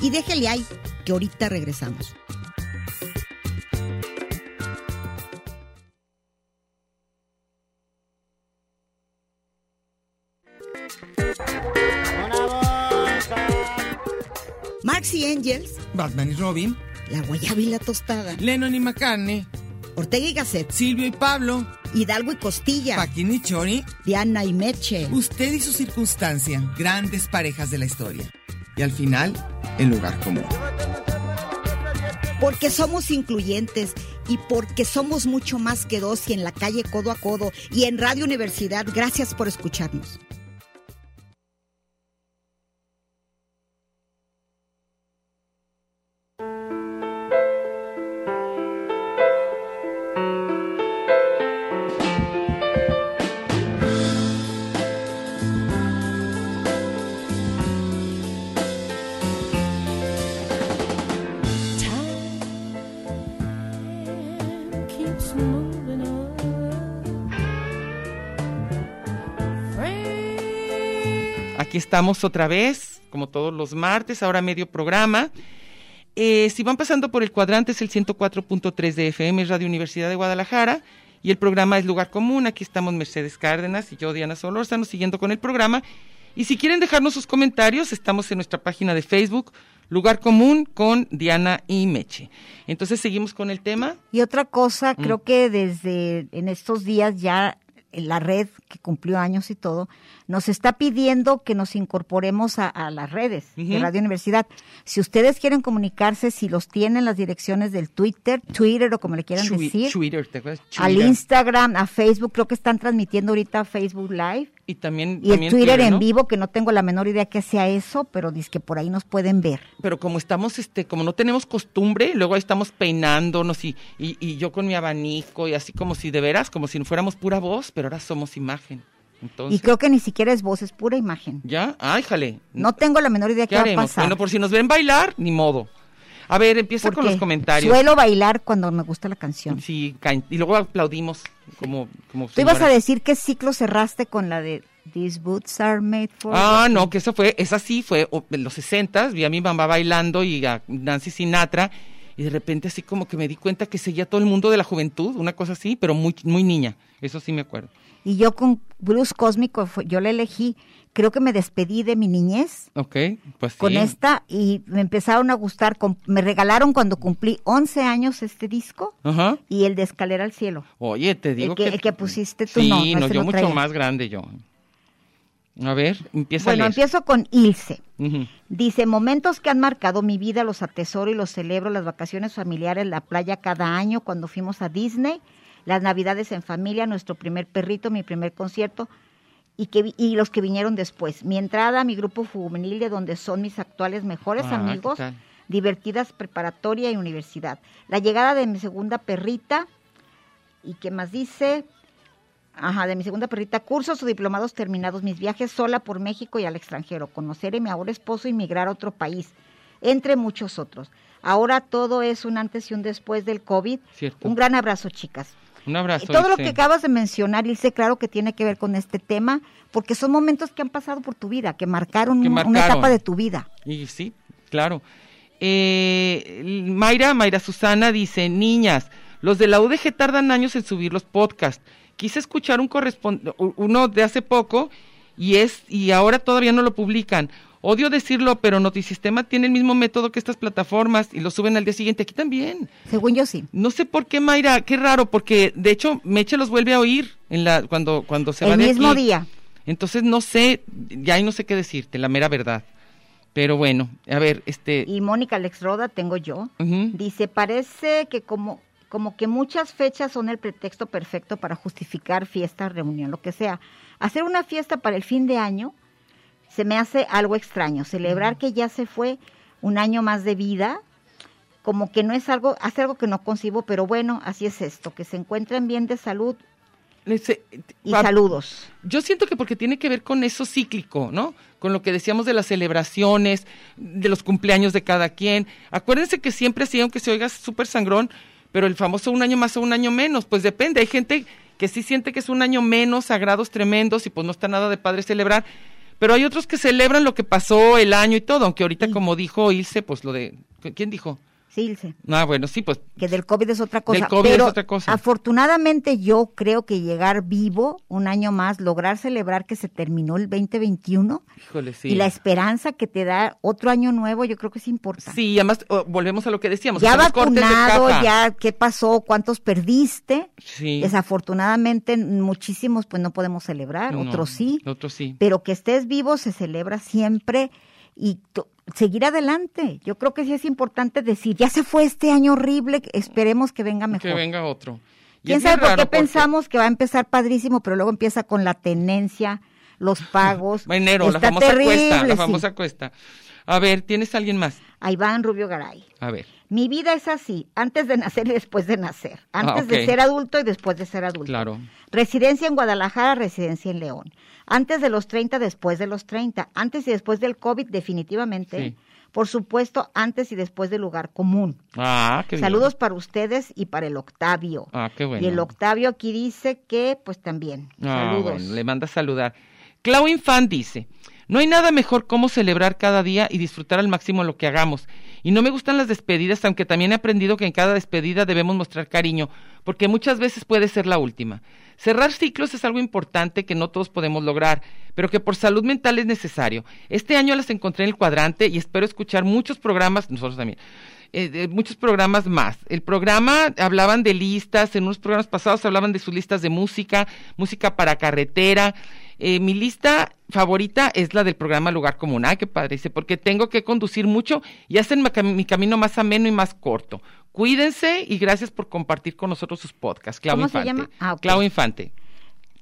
A: Y déjele ahí, que ahorita regresamos. Marx y Angels,
F: Batman y Robin,
A: La Guayaba y la Tostada,
F: Lennon y McCartney,
A: Ortega y Gasset,
F: Silvio y Pablo,
A: Hidalgo y Costilla,
F: Paquín y Chori,
A: Diana y Meche.
F: usted y su circunstancia, grandes parejas de la historia. Y al final, el lugar común.
A: Porque somos incluyentes y porque somos mucho más que dos y en la calle codo a codo y en Radio Universidad. Gracias por escucharnos.
C: Aquí estamos otra vez, como todos los martes, ahora medio programa. Eh, si van pasando por el cuadrante es el 104.3 de FM, es Radio Universidad de Guadalajara, y el programa es Lugar Común. Aquí estamos Mercedes Cárdenas y yo, Diana Solórzano, siguiendo con el programa. Y si quieren dejarnos sus comentarios, estamos en nuestra página de Facebook, Lugar Común, con Diana y Meche. Entonces seguimos con el tema.
D: Y otra cosa, creo que desde en estos días ya la red que cumplió años y todo, nos está pidiendo que nos incorporemos a, a las redes de
C: Ujú.
D: Radio Universidad. Si ustedes quieren comunicarse, si los tienen las direcciones del Twitter, Twitter o como le quieran
C: Chui-
D: decir,
C: Twitter, ¿te acuerdas?
D: al
C: Twitter.
D: Instagram, a Facebook, creo que están transmitiendo ahorita Facebook Live
C: Y también,
D: y el
C: también
D: Twitter en
C: ¿no?
D: vivo, que no tengo la menor idea que sea eso, pero dice que por ahí nos pueden ver.
C: pero como estamos, este, como no tenemos costumbre, luego ahí estamos peinándonos y, y, y yo con mi abanico y así como si de veras, como si no fuéramos pura voz, pero ahora somos imagen. Entonces,
D: Y creo que ni siquiera es voz, es pura imagen.
C: ¿ya? Ay, jale.
D: No tengo la menor idea
C: ¿Qué
D: qué, va a
C: haremos?
D: pasar.
C: Bueno, por si nos ven bailar, ni modo. A ver, empieza con
D: porque
C: los comentarios.
D: Suelo bailar cuando me gusta la canción.
C: Sí, can- y luego aplaudimos como, como
D: Tú ibas a
C: señoras.
D: decir qué ciclo cerraste con la de These boots are made for.
C: Ah, no, que esa fue, esa sí fue o- en los 60 vi a mi mamá bailando y a Nancy Sinatra y de repente así como que me di cuenta que seguía todo el mundo de la juventud, una cosa así, pero muy muy niña, eso sí me acuerdo.
D: Y yo con Bruce Cósmico, fue- yo la elegí. Creo que me despedí de mi niñez
C: Ok, pues sí.
D: con este. esta y me empezaron a gustar. com- Me regalaron cuando cumplí 11 años este disco
C: Ajá.
D: y el de Escalera al Cielo.
C: Oye, te digo
D: El que-
C: que
D: el que pusiste tú,
C: sí,
D: no, no,
C: no,
D: ese
C: yo
D: no
C: mucho
D: traía.
C: más grande yo. A ver, empieza
D: bueno,
C: a leer.
D: empiezo con Ilse.
C: Ujú.
D: Dice, momentos que han marcado mi vida, los atesoro y los celebro, las vacaciones familiares, la playa cada año, cuando fuimos a Disney, las navidades en familia, nuestro primer perrito, mi primer concierto y, que, vi- y los que vinieron después. Mi entrada a mi grupo juvenil de donde son mis actuales mejores
C: Ah, ¿qué
D: amigos,
C: tal?
D: divertidas preparatoria y universidad. La llegada de mi segunda perrita, ¿y qué más dice? Ajá, de mi segunda perrita, cursos o diplomados terminados, mis viajes sola por México y al extranjero, conocer a mi ahora esposo y migrar a otro país, entre muchos otros. Ahora todo es un antes y un después del COVID.
C: Cierto.
D: Un gran abrazo, chicas.
C: Un abrazo.
D: Todo lo
C: Ilse.
D: que acabas de mencionar, Ilse, claro que tiene que ver con este tema, porque son momentos que han pasado por tu vida, que marcaron,
C: Que
D: un- una
C: marcaron.
D: etapa de tu vida.
C: Y sí, claro. Eh, Mayra, Mayra Susana dice, niñas, los de la UDG tardan años en subir los podcasts. Quise escuchar un correspon- u- uno de hace poco y es y ahora todavía no lo publican. Odio decirlo, pero Notisistema tiene el mismo método que estas plataformas y lo suben al día siguiente. Aquí también.
D: Según yo sí.
C: No sé por qué, Mayra, qué raro, porque de hecho Meche los vuelve a oír en la cuando cuando se va
D: El
C: de
D: mismo
C: aquí.
D: día.
C: Entonces no sé, ya ahí no sé qué decirte, la mera verdad. Pero bueno, a ver, este
D: Y Mónica Alex Roda, tengo yo.
C: ujú,
D: Dice, parece que como, como que muchas fechas son el pretexto perfecto para justificar fiesta, reunión, lo que sea. Hacer una fiesta para el fin de año se me hace algo extraño. Celebrar que ya se fue un año más de vida, como que no es algo, hace algo que no concibo, pero bueno, así es esto, que se encuentren bien de salud
C: les- eh,
D: y
C: va-
D: saludos.
C: Yo siento que porque tiene que ver con eso cíclico, ¿no? Con lo que decíamos de las celebraciones, de los cumpleaños de cada quien. Acuérdense que siempre así, aunque se oiga súper sangrón, pero el famoso un año más o un año menos, pues depende. Hay gente que sí siente que es un año menos, sagrados tremendos, y pues no está nada de padre celebrar. Pero hay otros que celebran lo que pasó el año y todo, aunque ahorita, como dijo Ilse, pues lo de. ¿Quién dijo?
D: Sí, Ilse.
C: Ah, bueno, sí, pues
D: que del COVID es otra cosa.
C: Del COVID
D: pero
C: es otra cosa.
D: Afortunadamente yo creo que llegar vivo un año más, lograr celebrar que se terminó el 2021
C: Híjole, sí.
D: y la esperanza que te da otro año nuevo, yo creo que es importante.
C: Sí, además o- volvemos a lo que decíamos.
D: Ya
C: estamos cortes de
D: vacunado,
C: caja.
D: ya qué pasó, cuántos perdiste.
C: Sí.
D: Desafortunadamente muchísimos pues no podemos celebrar,
C: No,
D: otros sí,
C: Otros sí.
D: pero que estés vivo se celebra siempre y to- seguir adelante. Yo creo que sí es importante decir, ya se fue este año horrible, esperemos que venga mejor.
C: Que venga otro. Y
D: ¿Quién
C: es bien
D: sabe por
C: raro
D: qué
C: porque-
D: pensamos que va a empezar padrísimo, pero luego empieza con la tenencia,
C: (laughs)
D: los pagos?
C: Enero, la
D: Está
C: famosa cuesta,
D: terrible,
C: la
D: sí.
C: famosa cuesta. A ver, ¿tienes a alguien más?
D: A Iván Rubio Garay.
C: A ver,
D: Mi vida es así, antes de nacer y después de nacer,
C: Ah,
D: antes de
C: ok.
D: ser adulto y después de ser adulto.
C: claro.
D: Residencia en Guadalajara, residencia en León. Antes de los 30, después de los 30. Antes y después del COVID, definitivamente.
C: Sí.
D: Por supuesto, antes y después del lugar común.
C: Ah, qué bien.
D: Saludos para ustedes y para el Octavio.
C: Ah, qué bueno.
D: Y el Octavio aquí dice que, pues también.
C: Ah,
D: saludos.
C: bueno, le manda a saludar. Clau Infant dice, No hay nada mejor como celebrar cada día y disfrutar al máximo lo que hagamos. Y no me gustan las despedidas, aunque también he aprendido que en cada despedida debemos mostrar cariño, porque muchas veces puede ser la última. Cerrar ciclos es algo importante que no todos podemos lograr, pero que por salud mental es necesario. Este año las encontré en el cuadrante y espero escuchar muchos programas, nosotros también, eh, de muchos programas más. El programa hablaban de listas, en unos programas pasados hablaban de sus listas de música, música para carretera. Eh, mi lista favorita es la del programa Lugar Común. Ay, qué padre, dice, porque tengo que conducir mucho y hacen ma- cam- mi camino más ameno y más corto. Cuídense y gracias por compartir con nosotros sus podcasts. Clau
D: ¿Cómo se
C: Infante.
D: llama? Ah, ok.
C: Clau Infante.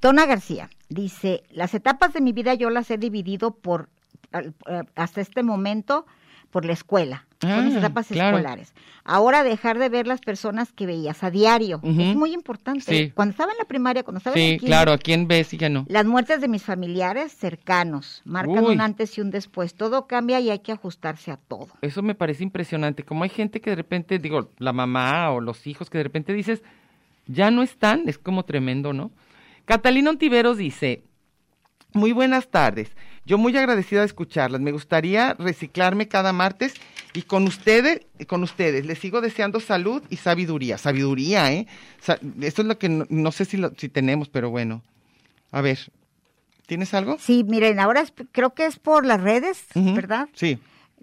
D: Tona García dice, las etapas de mi vida yo las he dividido por al- eh, hasta este momento por la escuela,
C: Ah,
D: por mis etapas
C: claro.
D: escolares. Ahora dejar de ver las personas que veías a diario
C: Ujú.
D: es muy importante.
C: Sí.
D: Cuando estaba en la primaria, cuando estaba en
C: Sí,
D: el kinder,
C: claro, ¿a quién ves y ya no?
D: Las muertes de mis familiares cercanos marcan
C: Uy.
D: un antes y un después. Todo cambia y hay que ajustarse a todo.
C: Eso me parece impresionante. Como hay gente que de repente, digo, la mamá o los hijos, que de repente dices, ya no están, es como tremendo, ¿no? Catalina Ontiveros dice, muy buenas tardes. Yo muy agradecida de escucharlas. Me gustaría reciclarme cada martes y con ustedes, con ustedes, les sigo deseando salud y sabiduría. Sabiduría, ¿eh? Sa- esto es lo que no, no sé si, lo- si tenemos, pero bueno. A ver, ¿tienes algo?
D: Sí, miren, ahora es- creo que es por las redes,
C: Ujú,
D: ¿verdad?
C: Sí.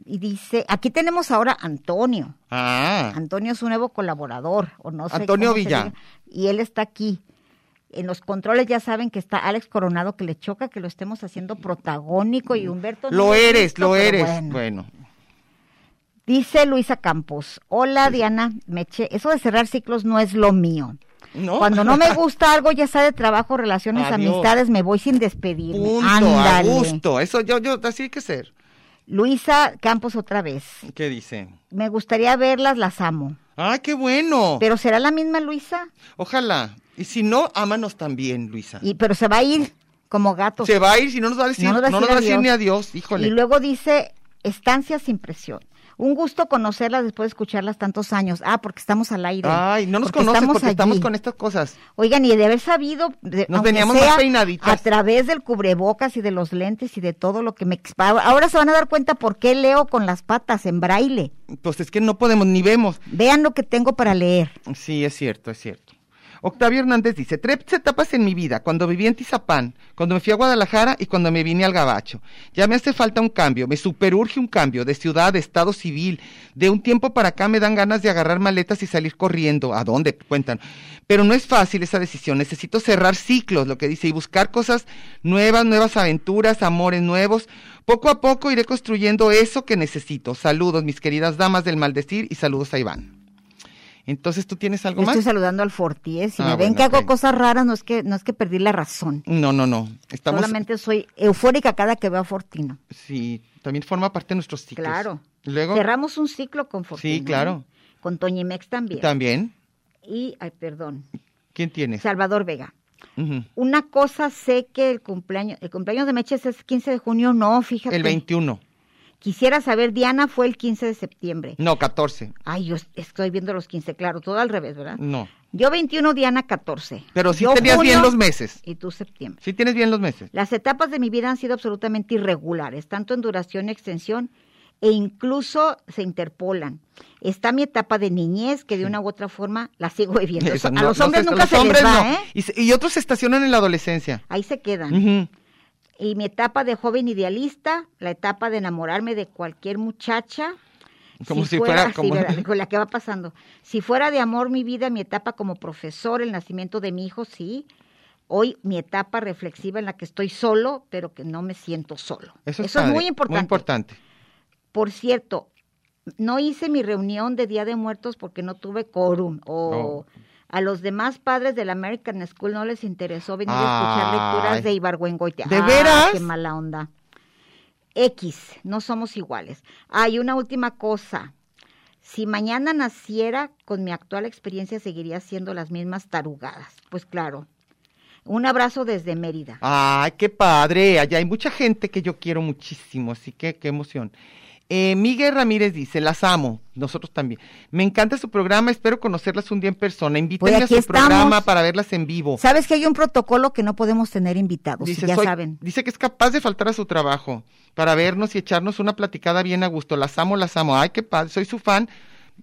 D: Y dice, aquí tenemos ahora a Antonio.
C: Ah.
D: Antonio es un nuevo colaborador, o no sé
C: Antonio
D: cómo se
C: Villa.
D: diga, Y él está aquí. En los controles ya saben que está Alex Coronado, que le choca que lo estemos haciendo protagónico y Humberto.
C: Lo
D: Núñez
C: eres,
D: Justo,
C: lo
D: pero
C: eres.
D: bueno.
C: bueno.
D: Dice Luisa Campos, hola Diana, Meche, eso de cerrar ciclos no es lo mío.
C: No.
D: Cuando no me gusta algo, ya sea de trabajo, relaciones,
C: Adiós.
D: amistades, me voy sin despedirme.
C: Punto, a
D: Ándale.
C: gusto. Eso yo, yo, así hay que ser.
D: Luisa Campos otra vez.
C: ¿Qué dice?
D: Me gustaría verlas, las amo.
C: ¡Ah, qué bueno!
D: Pero será la misma Luisa,
C: Ah. Ojalá. Y si no, ámanos también, Luisa.
D: y pero se va a ir como gato.
C: Se va a ir si no nos va a decir, no nos va a decir, ni adiós, híjole.
D: Y luego dice estancias sin presión. Un gusto conocerlas después de escucharlas tantos años. Ah, porque estamos al aire.
C: Ay, no nos
D: Porque
C: conoces porque
D: allí.
C: estamos con estas cosas.
D: Oigan, y de haber sabido, de-
C: Nos
D: aunque
C: veníamos
D: sea
C: más peinaditas.
D: A través del cubrebocas y de los lentes y de todo lo que me... expa- Ahora se van a dar cuenta por qué leo con las patas en braille.
C: Pues es que no podemos ni vemos.
D: Vean lo que tengo para leer.
C: Sí, es cierto, es cierto. Octavio Hernández dice, tres etapas en mi vida, cuando viví en Tizapán, cuando me fui a Guadalajara y cuando me vine al Gabacho. Ya me hace falta un cambio, me superurge un cambio de ciudad, de estado civil. De un tiempo para acá me dan ganas de agarrar maletas y salir corriendo. ¿A dónde? Cuentan. Pero no es fácil esa decisión, necesito cerrar ciclos, lo que dice, y buscar cosas nuevas, nuevas aventuras, amores nuevos. Poco a poco iré construyendo eso que necesito. Saludos, mis queridas damas del maldecir, y saludos a Iván. Entonces, ¿tú tienes algo
D: Yo
C: más?
D: Estoy saludando al Fortier. Si
C: Ah,
D: me ven
C: bueno,
D: que hago
C: ok.
D: cosas raras, no es que no es que perdí la razón.
C: No, no, no. Estamos.
D: Solamente soy eufórica cada que veo a Fortino.
C: Sí, también forma parte de nuestros ciclos.
D: Claro.
C: Luego.
D: Cerramos un ciclo con Fortino.
C: Sí, claro.
D: ¿eh? Con Toñimex también.
C: También.
D: Y, ay, perdón,
C: ¿Quién tienes?
D: Salvador Vega.
C: Ujú.
D: Una cosa sé que el cumpleaños, el cumpleaños de Meches es 15 de junio, no, fíjate.
C: El 21.
D: Quisiera saber, Diana fue el 15 de septiembre.
C: No, 14.
D: Ay, yo estoy viendo los 15, claro, todo al revés, ¿verdad?
C: No.
D: Yo 21, Diana 14.
C: Pero sí
D: Yo
C: tenías bien
D: junio
C: los meses.
D: Y tú septiembre.
C: Sí tienes bien los meses.
D: Las etapas de mi vida han sido absolutamente irregulares, tanto en duración y extensión, e incluso se interpolan. Está mi etapa de niñez, que de una u otra forma la sigo
C: (laughs)
D: viviendo.
C: Eso,
D: a
C: no,
D: los
C: no
D: hombres
C: sé, a
D: nunca
C: los
D: se
C: hombres
D: les va,
C: no.
D: ¿eh?
C: Y se- Y, otros se estacionan en la adolescencia.
D: Ahí se quedan.
C: Ujú.
D: y mi etapa de joven idealista, la etapa de enamorarme de cualquier muchacha.
C: Como si fuera-
D: así,
C: (laughs) como-
D: ¿verdad? Con la que va pasando. Si fuera de amor mi vida, mi etapa como profesor, el nacimiento de mi hijo, sí. Hoy mi etapa reflexiva en la que estoy solo, pero que no me siento solo.
C: Eso, es,
D: muy
C: padre,
D: importante.
C: Muy importante.
D: Por cierto, no hice mi reunión de Día de Muertos porque no tuve quórum. O
C: Oh.
D: a los demás padres de la American School no les interesó venir a
C: Ay.
D: escuchar lecturas de Ibargüengoitia.
C: ¿De
D: Ah,
C: veras?
D: Qué mala onda. X, no somos iguales. Hay una última cosa. Si mañana naciera, con mi actual experiencia seguiría haciendo las mismas tarugadas. Pues claro. Un abrazo desde Mérida.
C: Ay, qué padre. Allá hay mucha gente que yo quiero muchísimo, así que qué emoción. Eh, Miguel Ramírez dice, las amo, nosotros también. Me encanta su programa, espero conocerlas un día en persona. Invítenme
D: Pues
C: a
D: aquí
C: su
D: estamos.
C: programa para verlas en vivo.
D: Sabes que hay un protocolo que no podemos tener invitados,
C: Dice,
D: pues ya
C: soy-
D: saben.
C: dice que es capaz de faltar a su trabajo para vernos y echarnos una platicada bien a gusto. Las amo, las amo. Ay, qué padre, soy su fan.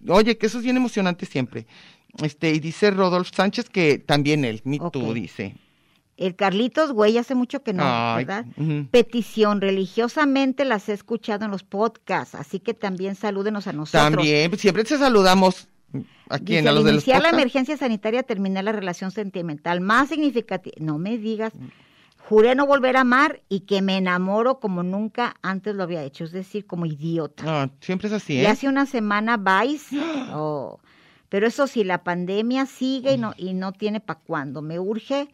C: Oye, que eso es bien emocionante siempre. Este, y dice Rodolfo Sánchez que también él, me
D: Ok.
C: too, dice.
D: El Carlitos, güey, hace mucho que no,
C: Ay,
D: ¿verdad?
C: ujú.
D: Petición, religiosamente las he escuchado en los podcasts, así que también salúdenos a nosotros.
C: También, pues, siempre se saludamos. ¿A quién?
D: Dice,
C: a los
D: al
C: de los
D: iniciar la
C: podcasts?
D: emergencia sanitaria terminé la relación sentimental más significativa. No me digas. Juré no volver a amar y que me enamoro como nunca antes lo había hecho, es decir, como idiota.
C: Ah, siempre es así,
D: Y
C: ¿eh?
D: hace una semana Vice. oh, Pero eso sí, la pandemia sigue y no, y no tiene para cuándo. Me urge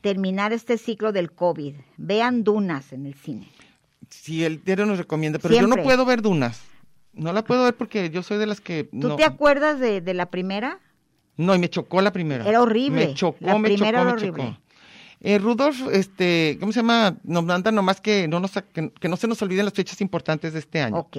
D: terminar este ciclo del COVID. Vean Dunas en el cine.
C: Sí, el diario nos recomienda, pero yo no
D: Siempre.
C: puedo ver dunas. No la puedo ver porque yo soy de las que
D: ¿Tú
C: no.
D: te acuerdas de, de la primera?
C: No, y me chocó la primera.
D: Era horrible.
C: Me chocó,
D: La
C: me
D: primera
C: chocó,
D: era
C: me chocó.
D: horrible.
C: Eh, Rudolf, este, ¿cómo se llama? Nos manda nomás que no nos que, que no se nos olviden las fechas importantes de este año.
D: Ok.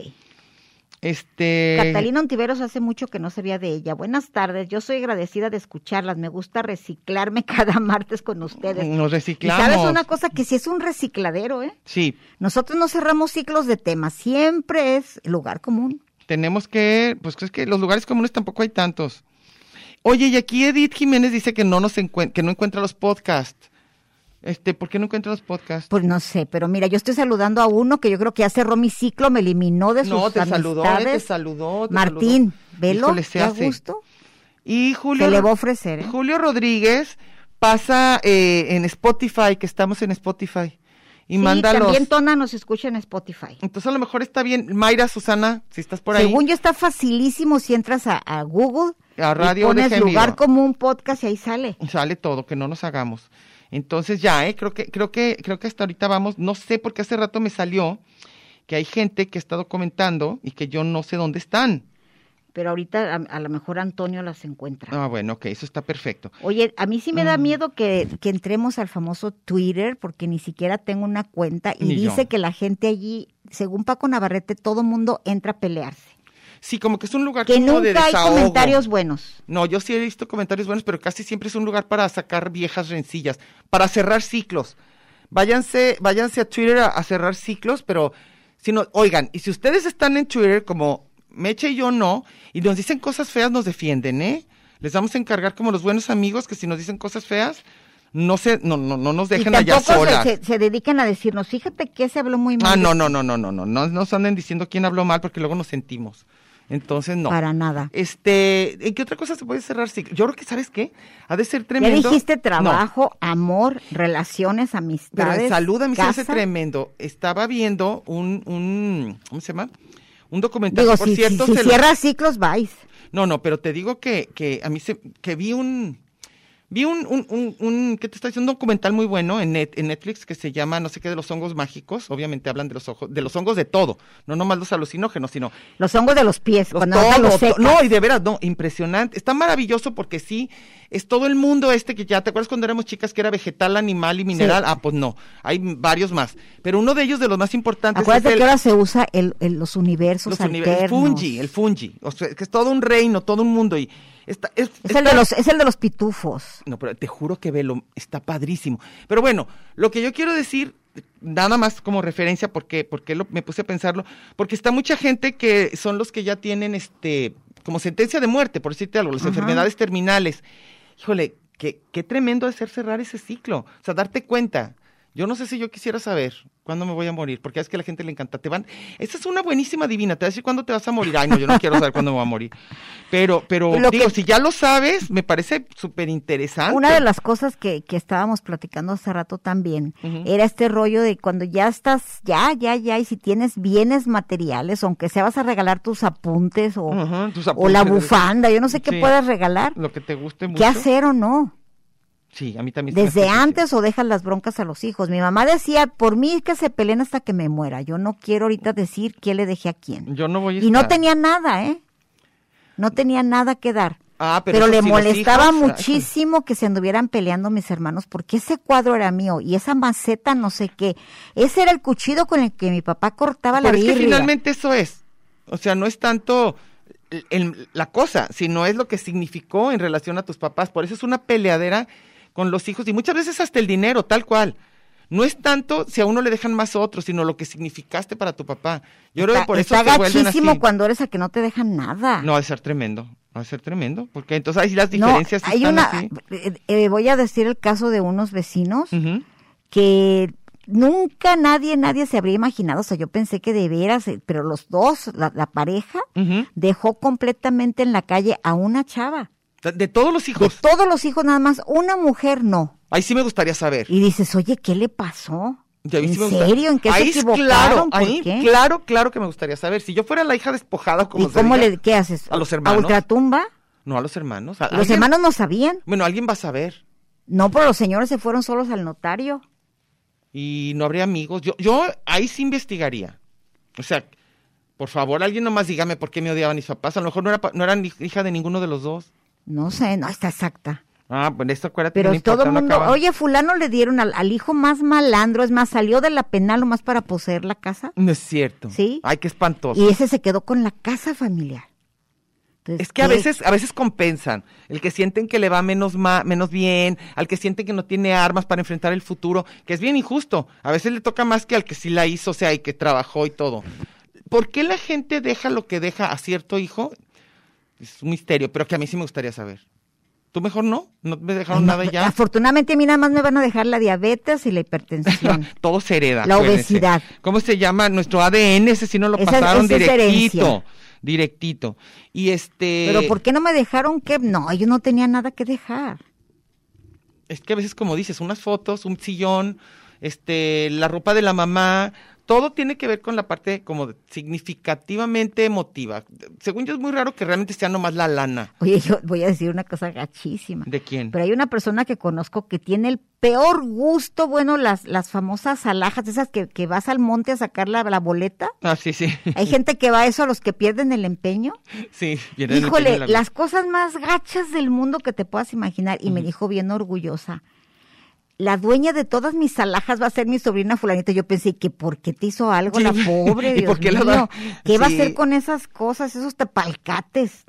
C: Este
D: Catalina Ontiveros hace mucho que no sabía de ella. Buenas tardes, yo soy agradecida de escucharlas. Me gusta reciclarme (laughs) cada martes con ustedes.
C: nos
D: Y
C: reciclamos.
D: sabes una cosa que sí es un recicladero, ¿eh?
C: Sí,
D: Nosotros no cerramos ciclos de temas, siempre es lugar común.
C: tenemos que, pues es que los lugares comunes tampoco hay tantos. Oye, y aquí Edith Jiménez dice que no nos encuen- que no encuentra los podcasts. Este, ¿por qué no encuentra los podcasts?
D: Pues no sé, pero mira, yo estoy saludando a uno que yo creo que ya cerró mi ciclo, me eliminó de sus
C: No, te saludó, eh, te
D: amistades.
C: saludó, te
D: Martín,
C: saludó.
D: velo,
C: Híjole, se
D: qué a
C: hace.
D: gusto.
C: Y Julio
D: Se le va a ofrecer, ¿eh?
C: Julio Rodríguez pasa eh, en Spotify, que estamos en Spotify. Y
D: Sí,
C: mándalos.
D: también Tona nos escucha en Spotify.
C: Entonces a lo mejor está bien. Mayra, Susana, si estás por
D: Según
C: ahí.
D: yo está facilísimo si entras a, a Google
C: A Radio
D: y pones
C: Orejemio.
D: lugar como un podcast y ahí sale.
C: Sale todo, que no nos hagamos. Entonces ya, eh, creo que, creo que, creo que hasta ahorita vamos, no sé porque hace rato me salió que hay gente que ha estado comentando y que yo no sé dónde están.
D: Pero ahorita a, a lo mejor Antonio las encuentra.
C: Ah, bueno, ok, eso está perfecto.
D: Oye, a mí sí me da
C: Mm.
D: miedo que, que entremos al famoso Twitter porque ni siquiera tengo una cuenta y
C: Ni yo.
D: dice que la gente allí, según Paco Navarrete, todo mundo entra a pelearse.
C: Sí, como que es un lugar
D: Que
C: como de
D: nunca hay
C: desahogo.
D: comentarios buenos.
C: No, yo sí he visto comentarios buenos, pero casi siempre es un lugar para sacar viejas rencillas, para cerrar ciclos. Váyanse, váyanse a Twitter a, a cerrar ciclos, pero si no, oigan, y si ustedes están en Twitter como Meche y yo no, y nos dicen cosas feas, nos defienden, ¿eh? Les vamos a encargar como los buenos amigos que si nos dicen cosas feas, no se, no, no, no nos dejen
D: y
C: allá
D: tampoco se-
C: solas.
D: se, se dedican a decirnos, fíjate que se habló muy mal.
C: Ah,
D: de
C: no,
D: ti".
C: no, no, no, no, no, no nos anden diciendo quién habló mal porque luego nos sentimos. Entonces, no.
D: Para nada.
C: Este, ¿en qué otra cosa se puede cerrar ciclos? Yo creo que, ¿sabes qué? Ha de ser
D: Ya
C: tremendo.
D: dijiste
C: No,
D: trabajo, amor, relaciones, amistades.
C: pero en salud a mí se hace
D: casa.
C: tremendo. Estaba viendo un, un, ¿cómo se llama? Un documental.
D: Digo,
C: Por
D: si, si-
C: cierto,
D: si
C: se lo-
D: cierras ciclos, vais.
C: No, no, pero te digo que, que a mí se, que vi un, vi un, un, un, un- ¿qué te estoy diciendo? Un documental muy bueno en, net- en Netflix que se llama, no sé qué, de los hongos mágicos. Obviamente hablan de los ojos, de los hongos de todo. No nomás los alucinógenos, sino
D: Los hongos de los pies,
C: los
D: cuando no te
C: todo,
D: los
C: to-
D: secas.
C: no, y de veras, no, impresionante. Está maravilloso porque sí, es todo el mundo este que ya, ¿te acuerdas cuando éramos chicas que era vegetal, animal y mineral? Ah, pues no, hay m- varios más. Pero uno de ellos, de los más importantes,
D: Acuérdate
C: es el,
D: que ahora se usa el, el- los universos
C: los univer- el
D: alternos.
C: fungi, el fungi. O sea, que es todo un reino, todo un mundo. Y está, es,
D: Es el,
C: está-
D: de los, es el de los pitufos.
C: No, pero te juro que velo, está padrísimo. Pero bueno, lo que yo quiero decir, nada más como referencia, porque, porque lo- me puse a pensarlo, porque está mucha gente que son los que ya tienen este, como sentencia de muerte, por decirte algo, las enfermedades terminales. Híjole, qué, qué tremendo de ser cerrar ese ciclo. O sea, darte cuenta. Yo no sé si yo quisiera saber cuándo me voy a morir, porque es que a la gente le encanta. Te van, esa es una buenísima divina, te va a decir cuándo te vas a morir. Ay, no, yo no quiero saber cuándo me voy a morir. Pero, pero
D: Lo
C: digo,
D: que-
C: si ya lo sabes, me parece súper interesante.
D: Una de las cosas que, que estábamos platicando hace rato también
C: Ujú.
D: era este rollo de cuando ya estás, ya, ya, ya, y si tienes bienes materiales, aunque sea vas a regalar tus apuntes o,
C: Ajá, tus
D: o la
C: apuntes.
D: bufanda, yo no sé qué
C: Sí.
D: puedas regalar,
C: Lo que te guste mucho.
D: qué hacer o no.
C: Sí, a mí también. se me
D: Desde
C: hace difícil.
D: antes o dejas las broncas a los hijos. Mi mamá decía, por mí que se peleen hasta que me muera. Yo no quiero ahorita decir qué le dejé a quién.
C: Yo no voy a
D: Y no
C: estar.
D: tenía nada, ¿eh? No tenía nada que dar.
C: Ah, pero
D: pero
C: eso
D: le
C: sí, los
D: molestaba
C: hijos, ah, ay,
D: muchísimo que se anduvieran peleando mis hermanos porque ese cuadro era mío y esa maceta no sé qué. Ese era el cuchillo con el que mi papá cortaba
C: Pero
D: la
C: es que
D: birria.
C: finalmente eso es. O sea, no es tanto el- el- la cosa, sino es lo que significó en relación a tus papás. Por eso es una peleadera con los hijos y muchas veces hasta el dinero, tal cual. No es tanto si a uno le dejan más a otro, sino lo que significaste para tu papá. Yo creo que por eso
D: está
C: se vuelven así.
D: gachísimo cuando eres el que no te dejan nada.
C: No, va a ser tremendo. Va a ser tremendo. Porque entonces ahí sí las
D: Ah. No,
C: diferencias sí
D: hay
C: están
D: una.
C: así.
D: eh, eh, voy a decir el caso de unos vecinos
C: Ujú.
D: que nunca nadie, nadie se habría imaginado. O sea, yo pensé que de veras, eh, pero los dos, la, la pareja,
C: Ujú.
D: dejó completamente en la calle a una chava.
C: De todos los
D: De
C: hijos.
D: todos los hijos nada más, una mujer no.
C: Ahí sí me gustaría saber.
D: Y dices, oye, ¿qué le pasó?
C: Ya
D: ¿En
C: viste, me gusta-
D: serio? ¿En qué
C: ahí
D: se
C: es
D: equivocaron?
C: Claro,
D: ¿Por
C: ahí,
D: qué?
C: claro, claro que me gustaría saber. Si yo fuera la hija despojada, como
D: ¿Y
C: se
D: cómo
C: diga,
D: le, qué haces?
C: A los hermanos.
D: ¿A ultratumba?
C: No, a los hermanos. a-
D: ¿Los
C: alguien-
D: hermanos no sabían?
C: Bueno, alguien va a saber.
D: No, pero los señores se fueron solos al notario.
C: Y no habría amigos. Yo, yo ahí sí investigaría. O sea, por favor, alguien nomás dígame por qué me odiaban mis papás. A lo mejor no, era, pa- no eran hij- hija de ninguno de los dos.
D: No sé, no está exacta.
C: Ah, bueno, esto acuérdate.
D: Pero
C: no importa,
D: todo el
C: no
D: mundo,
C: acaba.
D: oye, fulano le dieron al, al hijo más malandro, es más, salió de la penal nomás para poseer la casa.
C: No es cierto.
D: Sí.
C: Ay, qué espantoso.
D: Y ese se quedó con la casa familiar. Entonces,
C: Es que a
D: ¿qué?
C: veces, a veces compensan. El que sienten que le va menos, ma- menos bien, al que sienten que no tiene armas para enfrentar el futuro, que es bien injusto. A veces le toca más que al que sí la hizo, o sea, y que trabajó y todo. ¿Por qué la gente deja lo que deja a cierto hijo? Es un misterio, pero que a mí sí me gustaría saber. ¿Tú mejor no? ¿No me dejaron
D: Ay, no,
C: nada y ya?
D: Afortunadamente (laughs) a mí nada más me van a dejar la
C: (laughs)
D: diabetes y la hipertensión.
C: Todo se hereda.
D: La
C: acuérdense.
D: obesidad.
C: ¿Cómo se llama? Nuestro ADN, ese sí nos lo
D: Esa-
C: pasaron
D: esa es
C: directito.
D: herencia.
C: Directito. Y este...
D: Pero ¿por qué no me dejaron que? No, yo no tenía nada que dejar.
C: es que a veces como dices, unas fotos, un sillón, este, la ropa de la mamá, todo tiene que ver con la parte como de- significativamente emotiva. Según yo es muy raro que realmente sea nomás la lana.
D: Oye, yo voy a decir una cosa gachísima.
C: ¿De quién?
D: Pero hay una persona que conozco que tiene el peor gusto, bueno, las, las famosas alhajas, esas que, que vas al monte a sacar la, la boleta.
C: Ah, sí, sí. (laughs)
D: Hay gente que va a eso, a los que pierden el empeño.
C: sí, viene en el
D: Híjole,
C: peñón de la-
D: las cosas más gachas del mundo que te puedas imaginar. Y me dijo bien orgullosa. La dueña de todas mis alhajas va a ser mi sobrina fulanita. Yo pensé que por qué te hizo algo
C: Sí. (laughs)
D: la pobre,
C: ¿Y
D: Dios
C: por qué la
D: mío.
C: va-
D: ¿Qué va a
C: Sí.
D: hacer con esas cosas, esos tepalcates?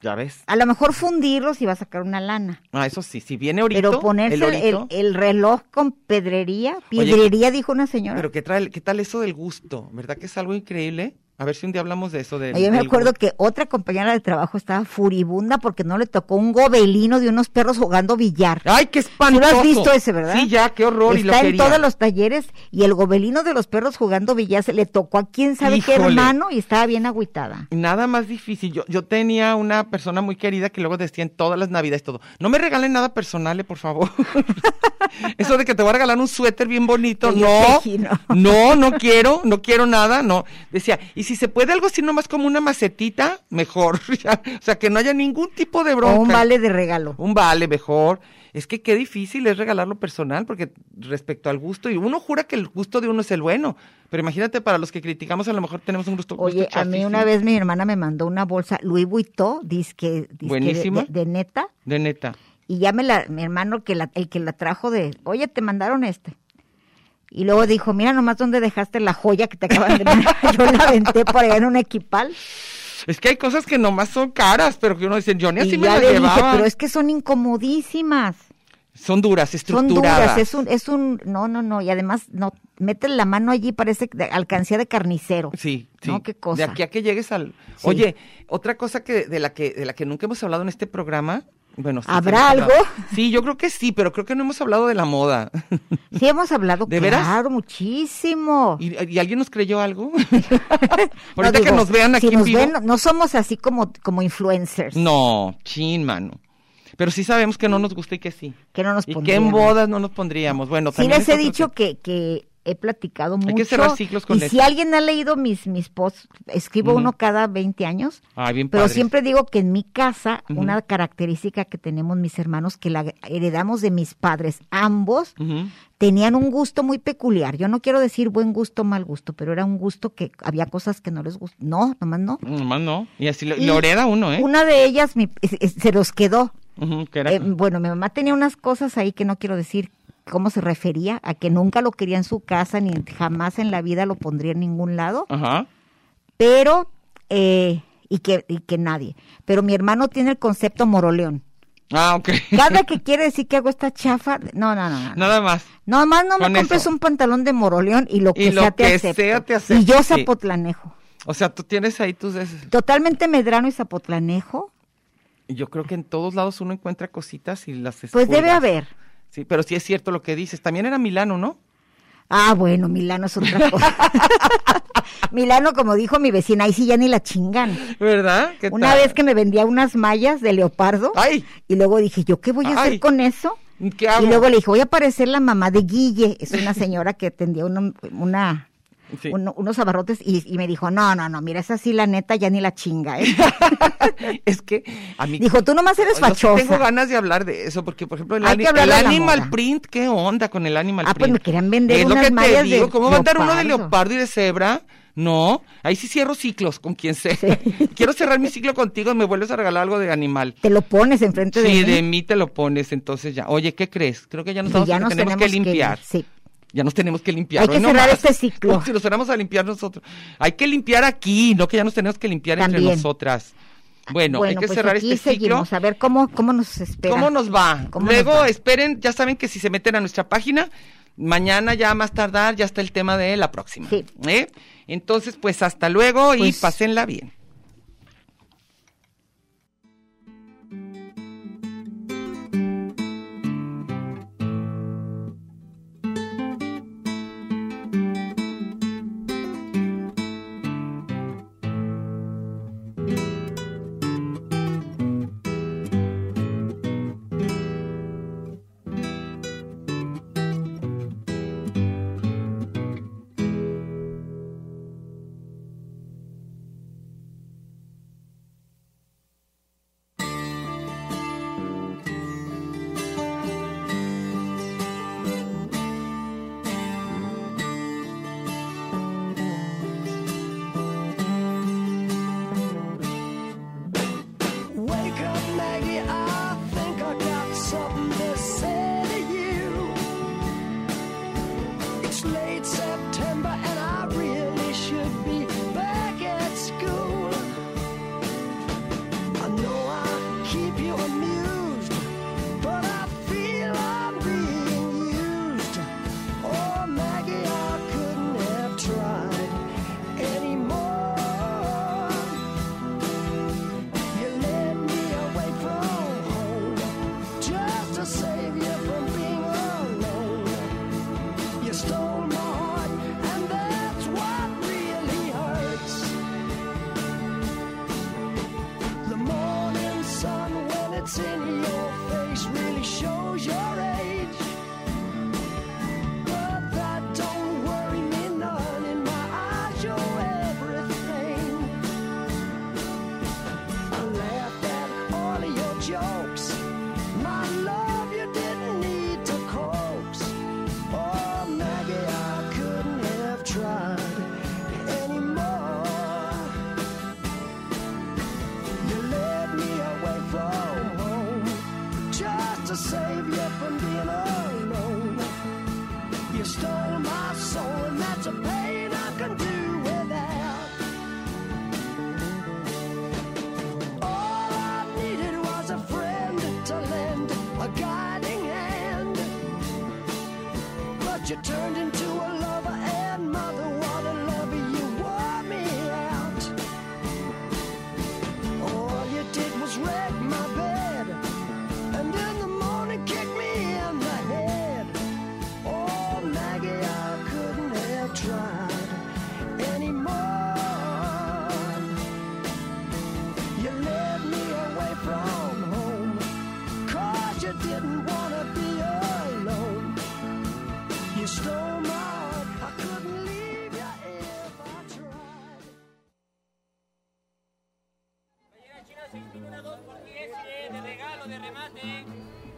C: Ya ves.
D: A lo mejor fundirlos y va a sacar una lana.
C: Ah, eso sí, si viene ahorita.
D: Pero ponerse
C: el,
D: el,
C: orito.
D: el- el reloj con pedrería,
C: Oye,
D: piedrería, dijo una señora.
C: Pero ¿qué, trae, ¿qué tal eso del gusto? ¿Verdad que es algo increíble? A ver si un día hablamos de eso. del-
D: Yo me
C: del
D: acuerdo
C: gusto.
D: que otra compañera de trabajo estaba furibunda porque no le tocó un gobelino de unos perros jugando billar.
C: ¡Ay, qué
D: ¿Tú lo
C: espantoso!
D: has visto ese, verdad?
C: Sí, ya, qué horror.
D: Está
C: y lo
D: en
C: quería.
D: todos los talleres y el gobelino de los perros jugando billar se le tocó a quién sabe qué
C: Híjole.
D: hermano y estaba bien agüitada.
C: Nada más difícil. Yo, yo tenía una persona muy querida que luego decía en todas las navidades todo, no me regalen nada personal, eh, por favor. (laughs) Eso de que te voy a regalar un suéter bien bonito,
D: Que yo
C: no.
D: tejí, ¿no?
C: No, no quiero, no quiero nada, no. Decía, y si se puede algo así nomás como una macetita, mejor. (laughs) Ya, o sea, que no haya ningún tipo de bronca.
D: O un vale de regalo.
C: Un vale, mejor. Es que qué difícil es regalar lo personal, porque respecto al gusto, y uno jura que el gusto de uno es el bueno, pero imagínate, para los que criticamos, a lo mejor tenemos un gusto. gusto
D: Oye, a mí
C: chafísimo.
D: una vez mi hermana me mandó una bolsa Louis Vuitton, disque, disque de-
C: Buenísima.
D: de- de neta.
C: De neta.
D: Y ya me la, mi hermano, que la- el que la trajo de, oye, te mandaron este. Y luego dijo, mira nomás dónde dejaste la joya que te acaban de mandar. (laughs) Yo la aventé por allá en un equipal.
C: Es que hay cosas que nomás son caras, pero que uno dice, yo ni así
D: y
C: me
D: ya
C: las
D: le dije,
C: llevaba.
D: pero es que son incomodísimas.
C: Son duras,
D: Son
C: estructuradas.
D: duras, es un, es un, no, no, no. Y además, no, metes la mano allí, parece de- alcancía de carnicero.
C: Sí, sí.
D: No, qué
C: De
D: cosa.
C: aquí a que llegues al...
D: Sí.
C: Oye, otra cosa que de la que de la que nunca hemos hablado en este programa, bueno, sí, sí
D: ¿Habrá
C: hemos hablado.
D: algo?
C: Sí, yo creo que sí, pero creo que no hemos hablado de la moda.
D: Sí, hemos hablado,
C: ¿De veras?
D: claro, muchísimo.
C: ¿Y, y alguien nos creyó
D: (laughs)
C: algo? (laughs)
D: No,
C: Ahorita que
D: digo,
C: nos vean aquí
D: si
C: en
D: nos
C: vivo.
D: ven, no- no somos así como, como influencers.
C: No, chin, mano. Pero sí sabemos que no nos gusta y que sí.
D: Que no nos
C: Y que en
D: pondríamos.
C: bodas no nos pondríamos. Bueno,
D: Sí
C: también
D: les
C: es
D: he
C: otro
D: dicho
C: tema.
D: que, que he platicado mucho.
C: que cerrar ciclos con
D: y si
C: esto.
D: alguien ha leído mis, mis posts, escribo
C: Ujú.
D: uno cada 20 años.
C: Ay, bien
D: Pero
C: padres.
D: siempre digo que en mi casa,
C: Ujú.
D: una característica que tenemos mis hermanos, que la heredamos de mis padres, ambos
C: Ujú. mm,
D: tenían un gusto muy peculiar. Yo no quiero decir buen gusto, mal gusto, pero era un gusto que había cosas que no les gustaban. No, nomás no.
C: Nomás no. Y así lo,
D: Y
C: lo hereda uno, ¿eh?
D: Una de ellas mi- es- es- se los quedó.
C: Ujú, que era-
D: Eh, bueno, mi mamá tenía unas cosas ahí que no quiero decir cómo se refería, a que nunca lo quería en su casa, ni en- jamás en la vida lo pondría en ningún lado,
C: Ajá.
D: pero eh, y, que, y que nadie. Pero mi hermano tiene el concepto moroleón.
C: Ah, ok.
D: Cada que quiere decir que hago esta chafa, no, no, no. no.
C: (laughs) Nada más.
D: Nada más no me
C: Con
D: compres
C: eso.
D: un pantalón de moroleón y lo que,
C: Y lo
D: sea, te
C: que
D: acepto.
C: sea, te acepto,
D: Y yo
C: sí.
D: zapotlanejo.
C: O sea, tú tienes ahí tus... es-
D: Totalmente medrano y zapotlanejo.
C: Yo creo que en todos lados uno encuentra cositas y las
D: Pues debe
C: espulgas.
D: haber.
C: Sí, pero sí es cierto lo que dices. También era Milano, ¿no?
D: Ah, bueno, Milano
C: (laughs)
D: es otra cosa. Milano, como dijo mi vecina, ahí sí ya ni la chingan.
C: ¿Verdad? ¿Qué
D: Una
C: tal?
D: vez que me vendía unas mallas de leopardo
C: ¡Ay!
D: y luego dije, ¿yo qué voy a
C: Ay.
D: hacer con eso?
C: ¿Qué hago?
D: Y luego le dije, voy a parecer la mamá de Guille. Es una señora que tendía uno- una,
C: Sí.
D: uno- unos abarrotes y, y me dijo, no, no, no, mira, esa sí la neta ya ni la chinga. ¿eh".
C: (laughs) es que a mí...
D: dijo, tú nomás eres
C: Yo sí
D: fachosa.
C: tengo ganas de hablar de eso, porque, por ejemplo, el,
D: Hay
C: ani-
D: que hablar
C: el
D: de la
C: Animal
D: moda.
C: Print, ¿qué onda con el Animal
D: Ah,
C: Print?
D: pues me querían vender
C: Es lo
D: unas
C: que te
D: mallas de
C: digo, ¿cómo va a andar uno de
D: leopardo?
C: leopardo y de cebra? No, ahí sí cierro ciclos con quien sea. (laughs) Quiero cerrar mi ciclo contigo y me vuelves a regalar algo de animal.
D: Te lo pones enfrente
C: Sí,
D: de mí.
C: de mí te lo pones, entonces ya. Oye, ¿qué crees? Creo que ya nos,
D: y
C: vamos
D: ya
C: porque
D: nos
C: tenemos, que limpiar.
D: sí.
C: Ya nos tenemos que limpiar.
D: Hay que
C: hoy no
D: cerrar
C: más.
D: este ciclo.
C: No, si nos cerramos a limpiar nosotros. Hay que limpiar aquí, no que ya nos tenemos que limpiar entre
D: También.
C: nosotras. Bueno, hay que
D: pues
C: cerrar
D: aquí
C: este ciclo.
D: seguimos. A ver, ¿cómo, cómo nos espera?
C: ¿Cómo nos va?
D: ¿Cómo
C: Luego,
D: nos va?
C: esperen, ya saben que si se meten a nuestra página, mañana ya más tardar, ya está el tema de la próxima.
D: Sí.
C: ¿eh? Entonces, pues hasta luego
D: Pues-
C: y pásenla bien.
B: Wake up, Maggie. I think I got something to say to you. It's late September, and I really should be back at school. I know I keep you amused, but I feel I'm being used. Oh, Maggie, I couldn't have tried anymore. You led me away from home just to save you from being alone. You stole my heart, and that's what really hurts. The morning sun, when it's in your face, really shows your age. But that don't worry me none. In my eyes, you're everything. I laughed at all of your jokes. My love, you didn't need to coax. Oh, Maggie, I couldn't have tried anymore. You led me away from home just to save you from being alone. You stole my soul, and that's a pain I can do without. All I needed was a friend to lend a guiding hand. But you turned into a lover, and mother, what a lover, you wore me out. All you did was wreck my bed, and in the morning kicked me in the head. Oh, Maggie, I couldn't have tried anymore. You led me away from home. Cause you didn't wanna be alone. You stole my heart. I couldn't leave you if I tried.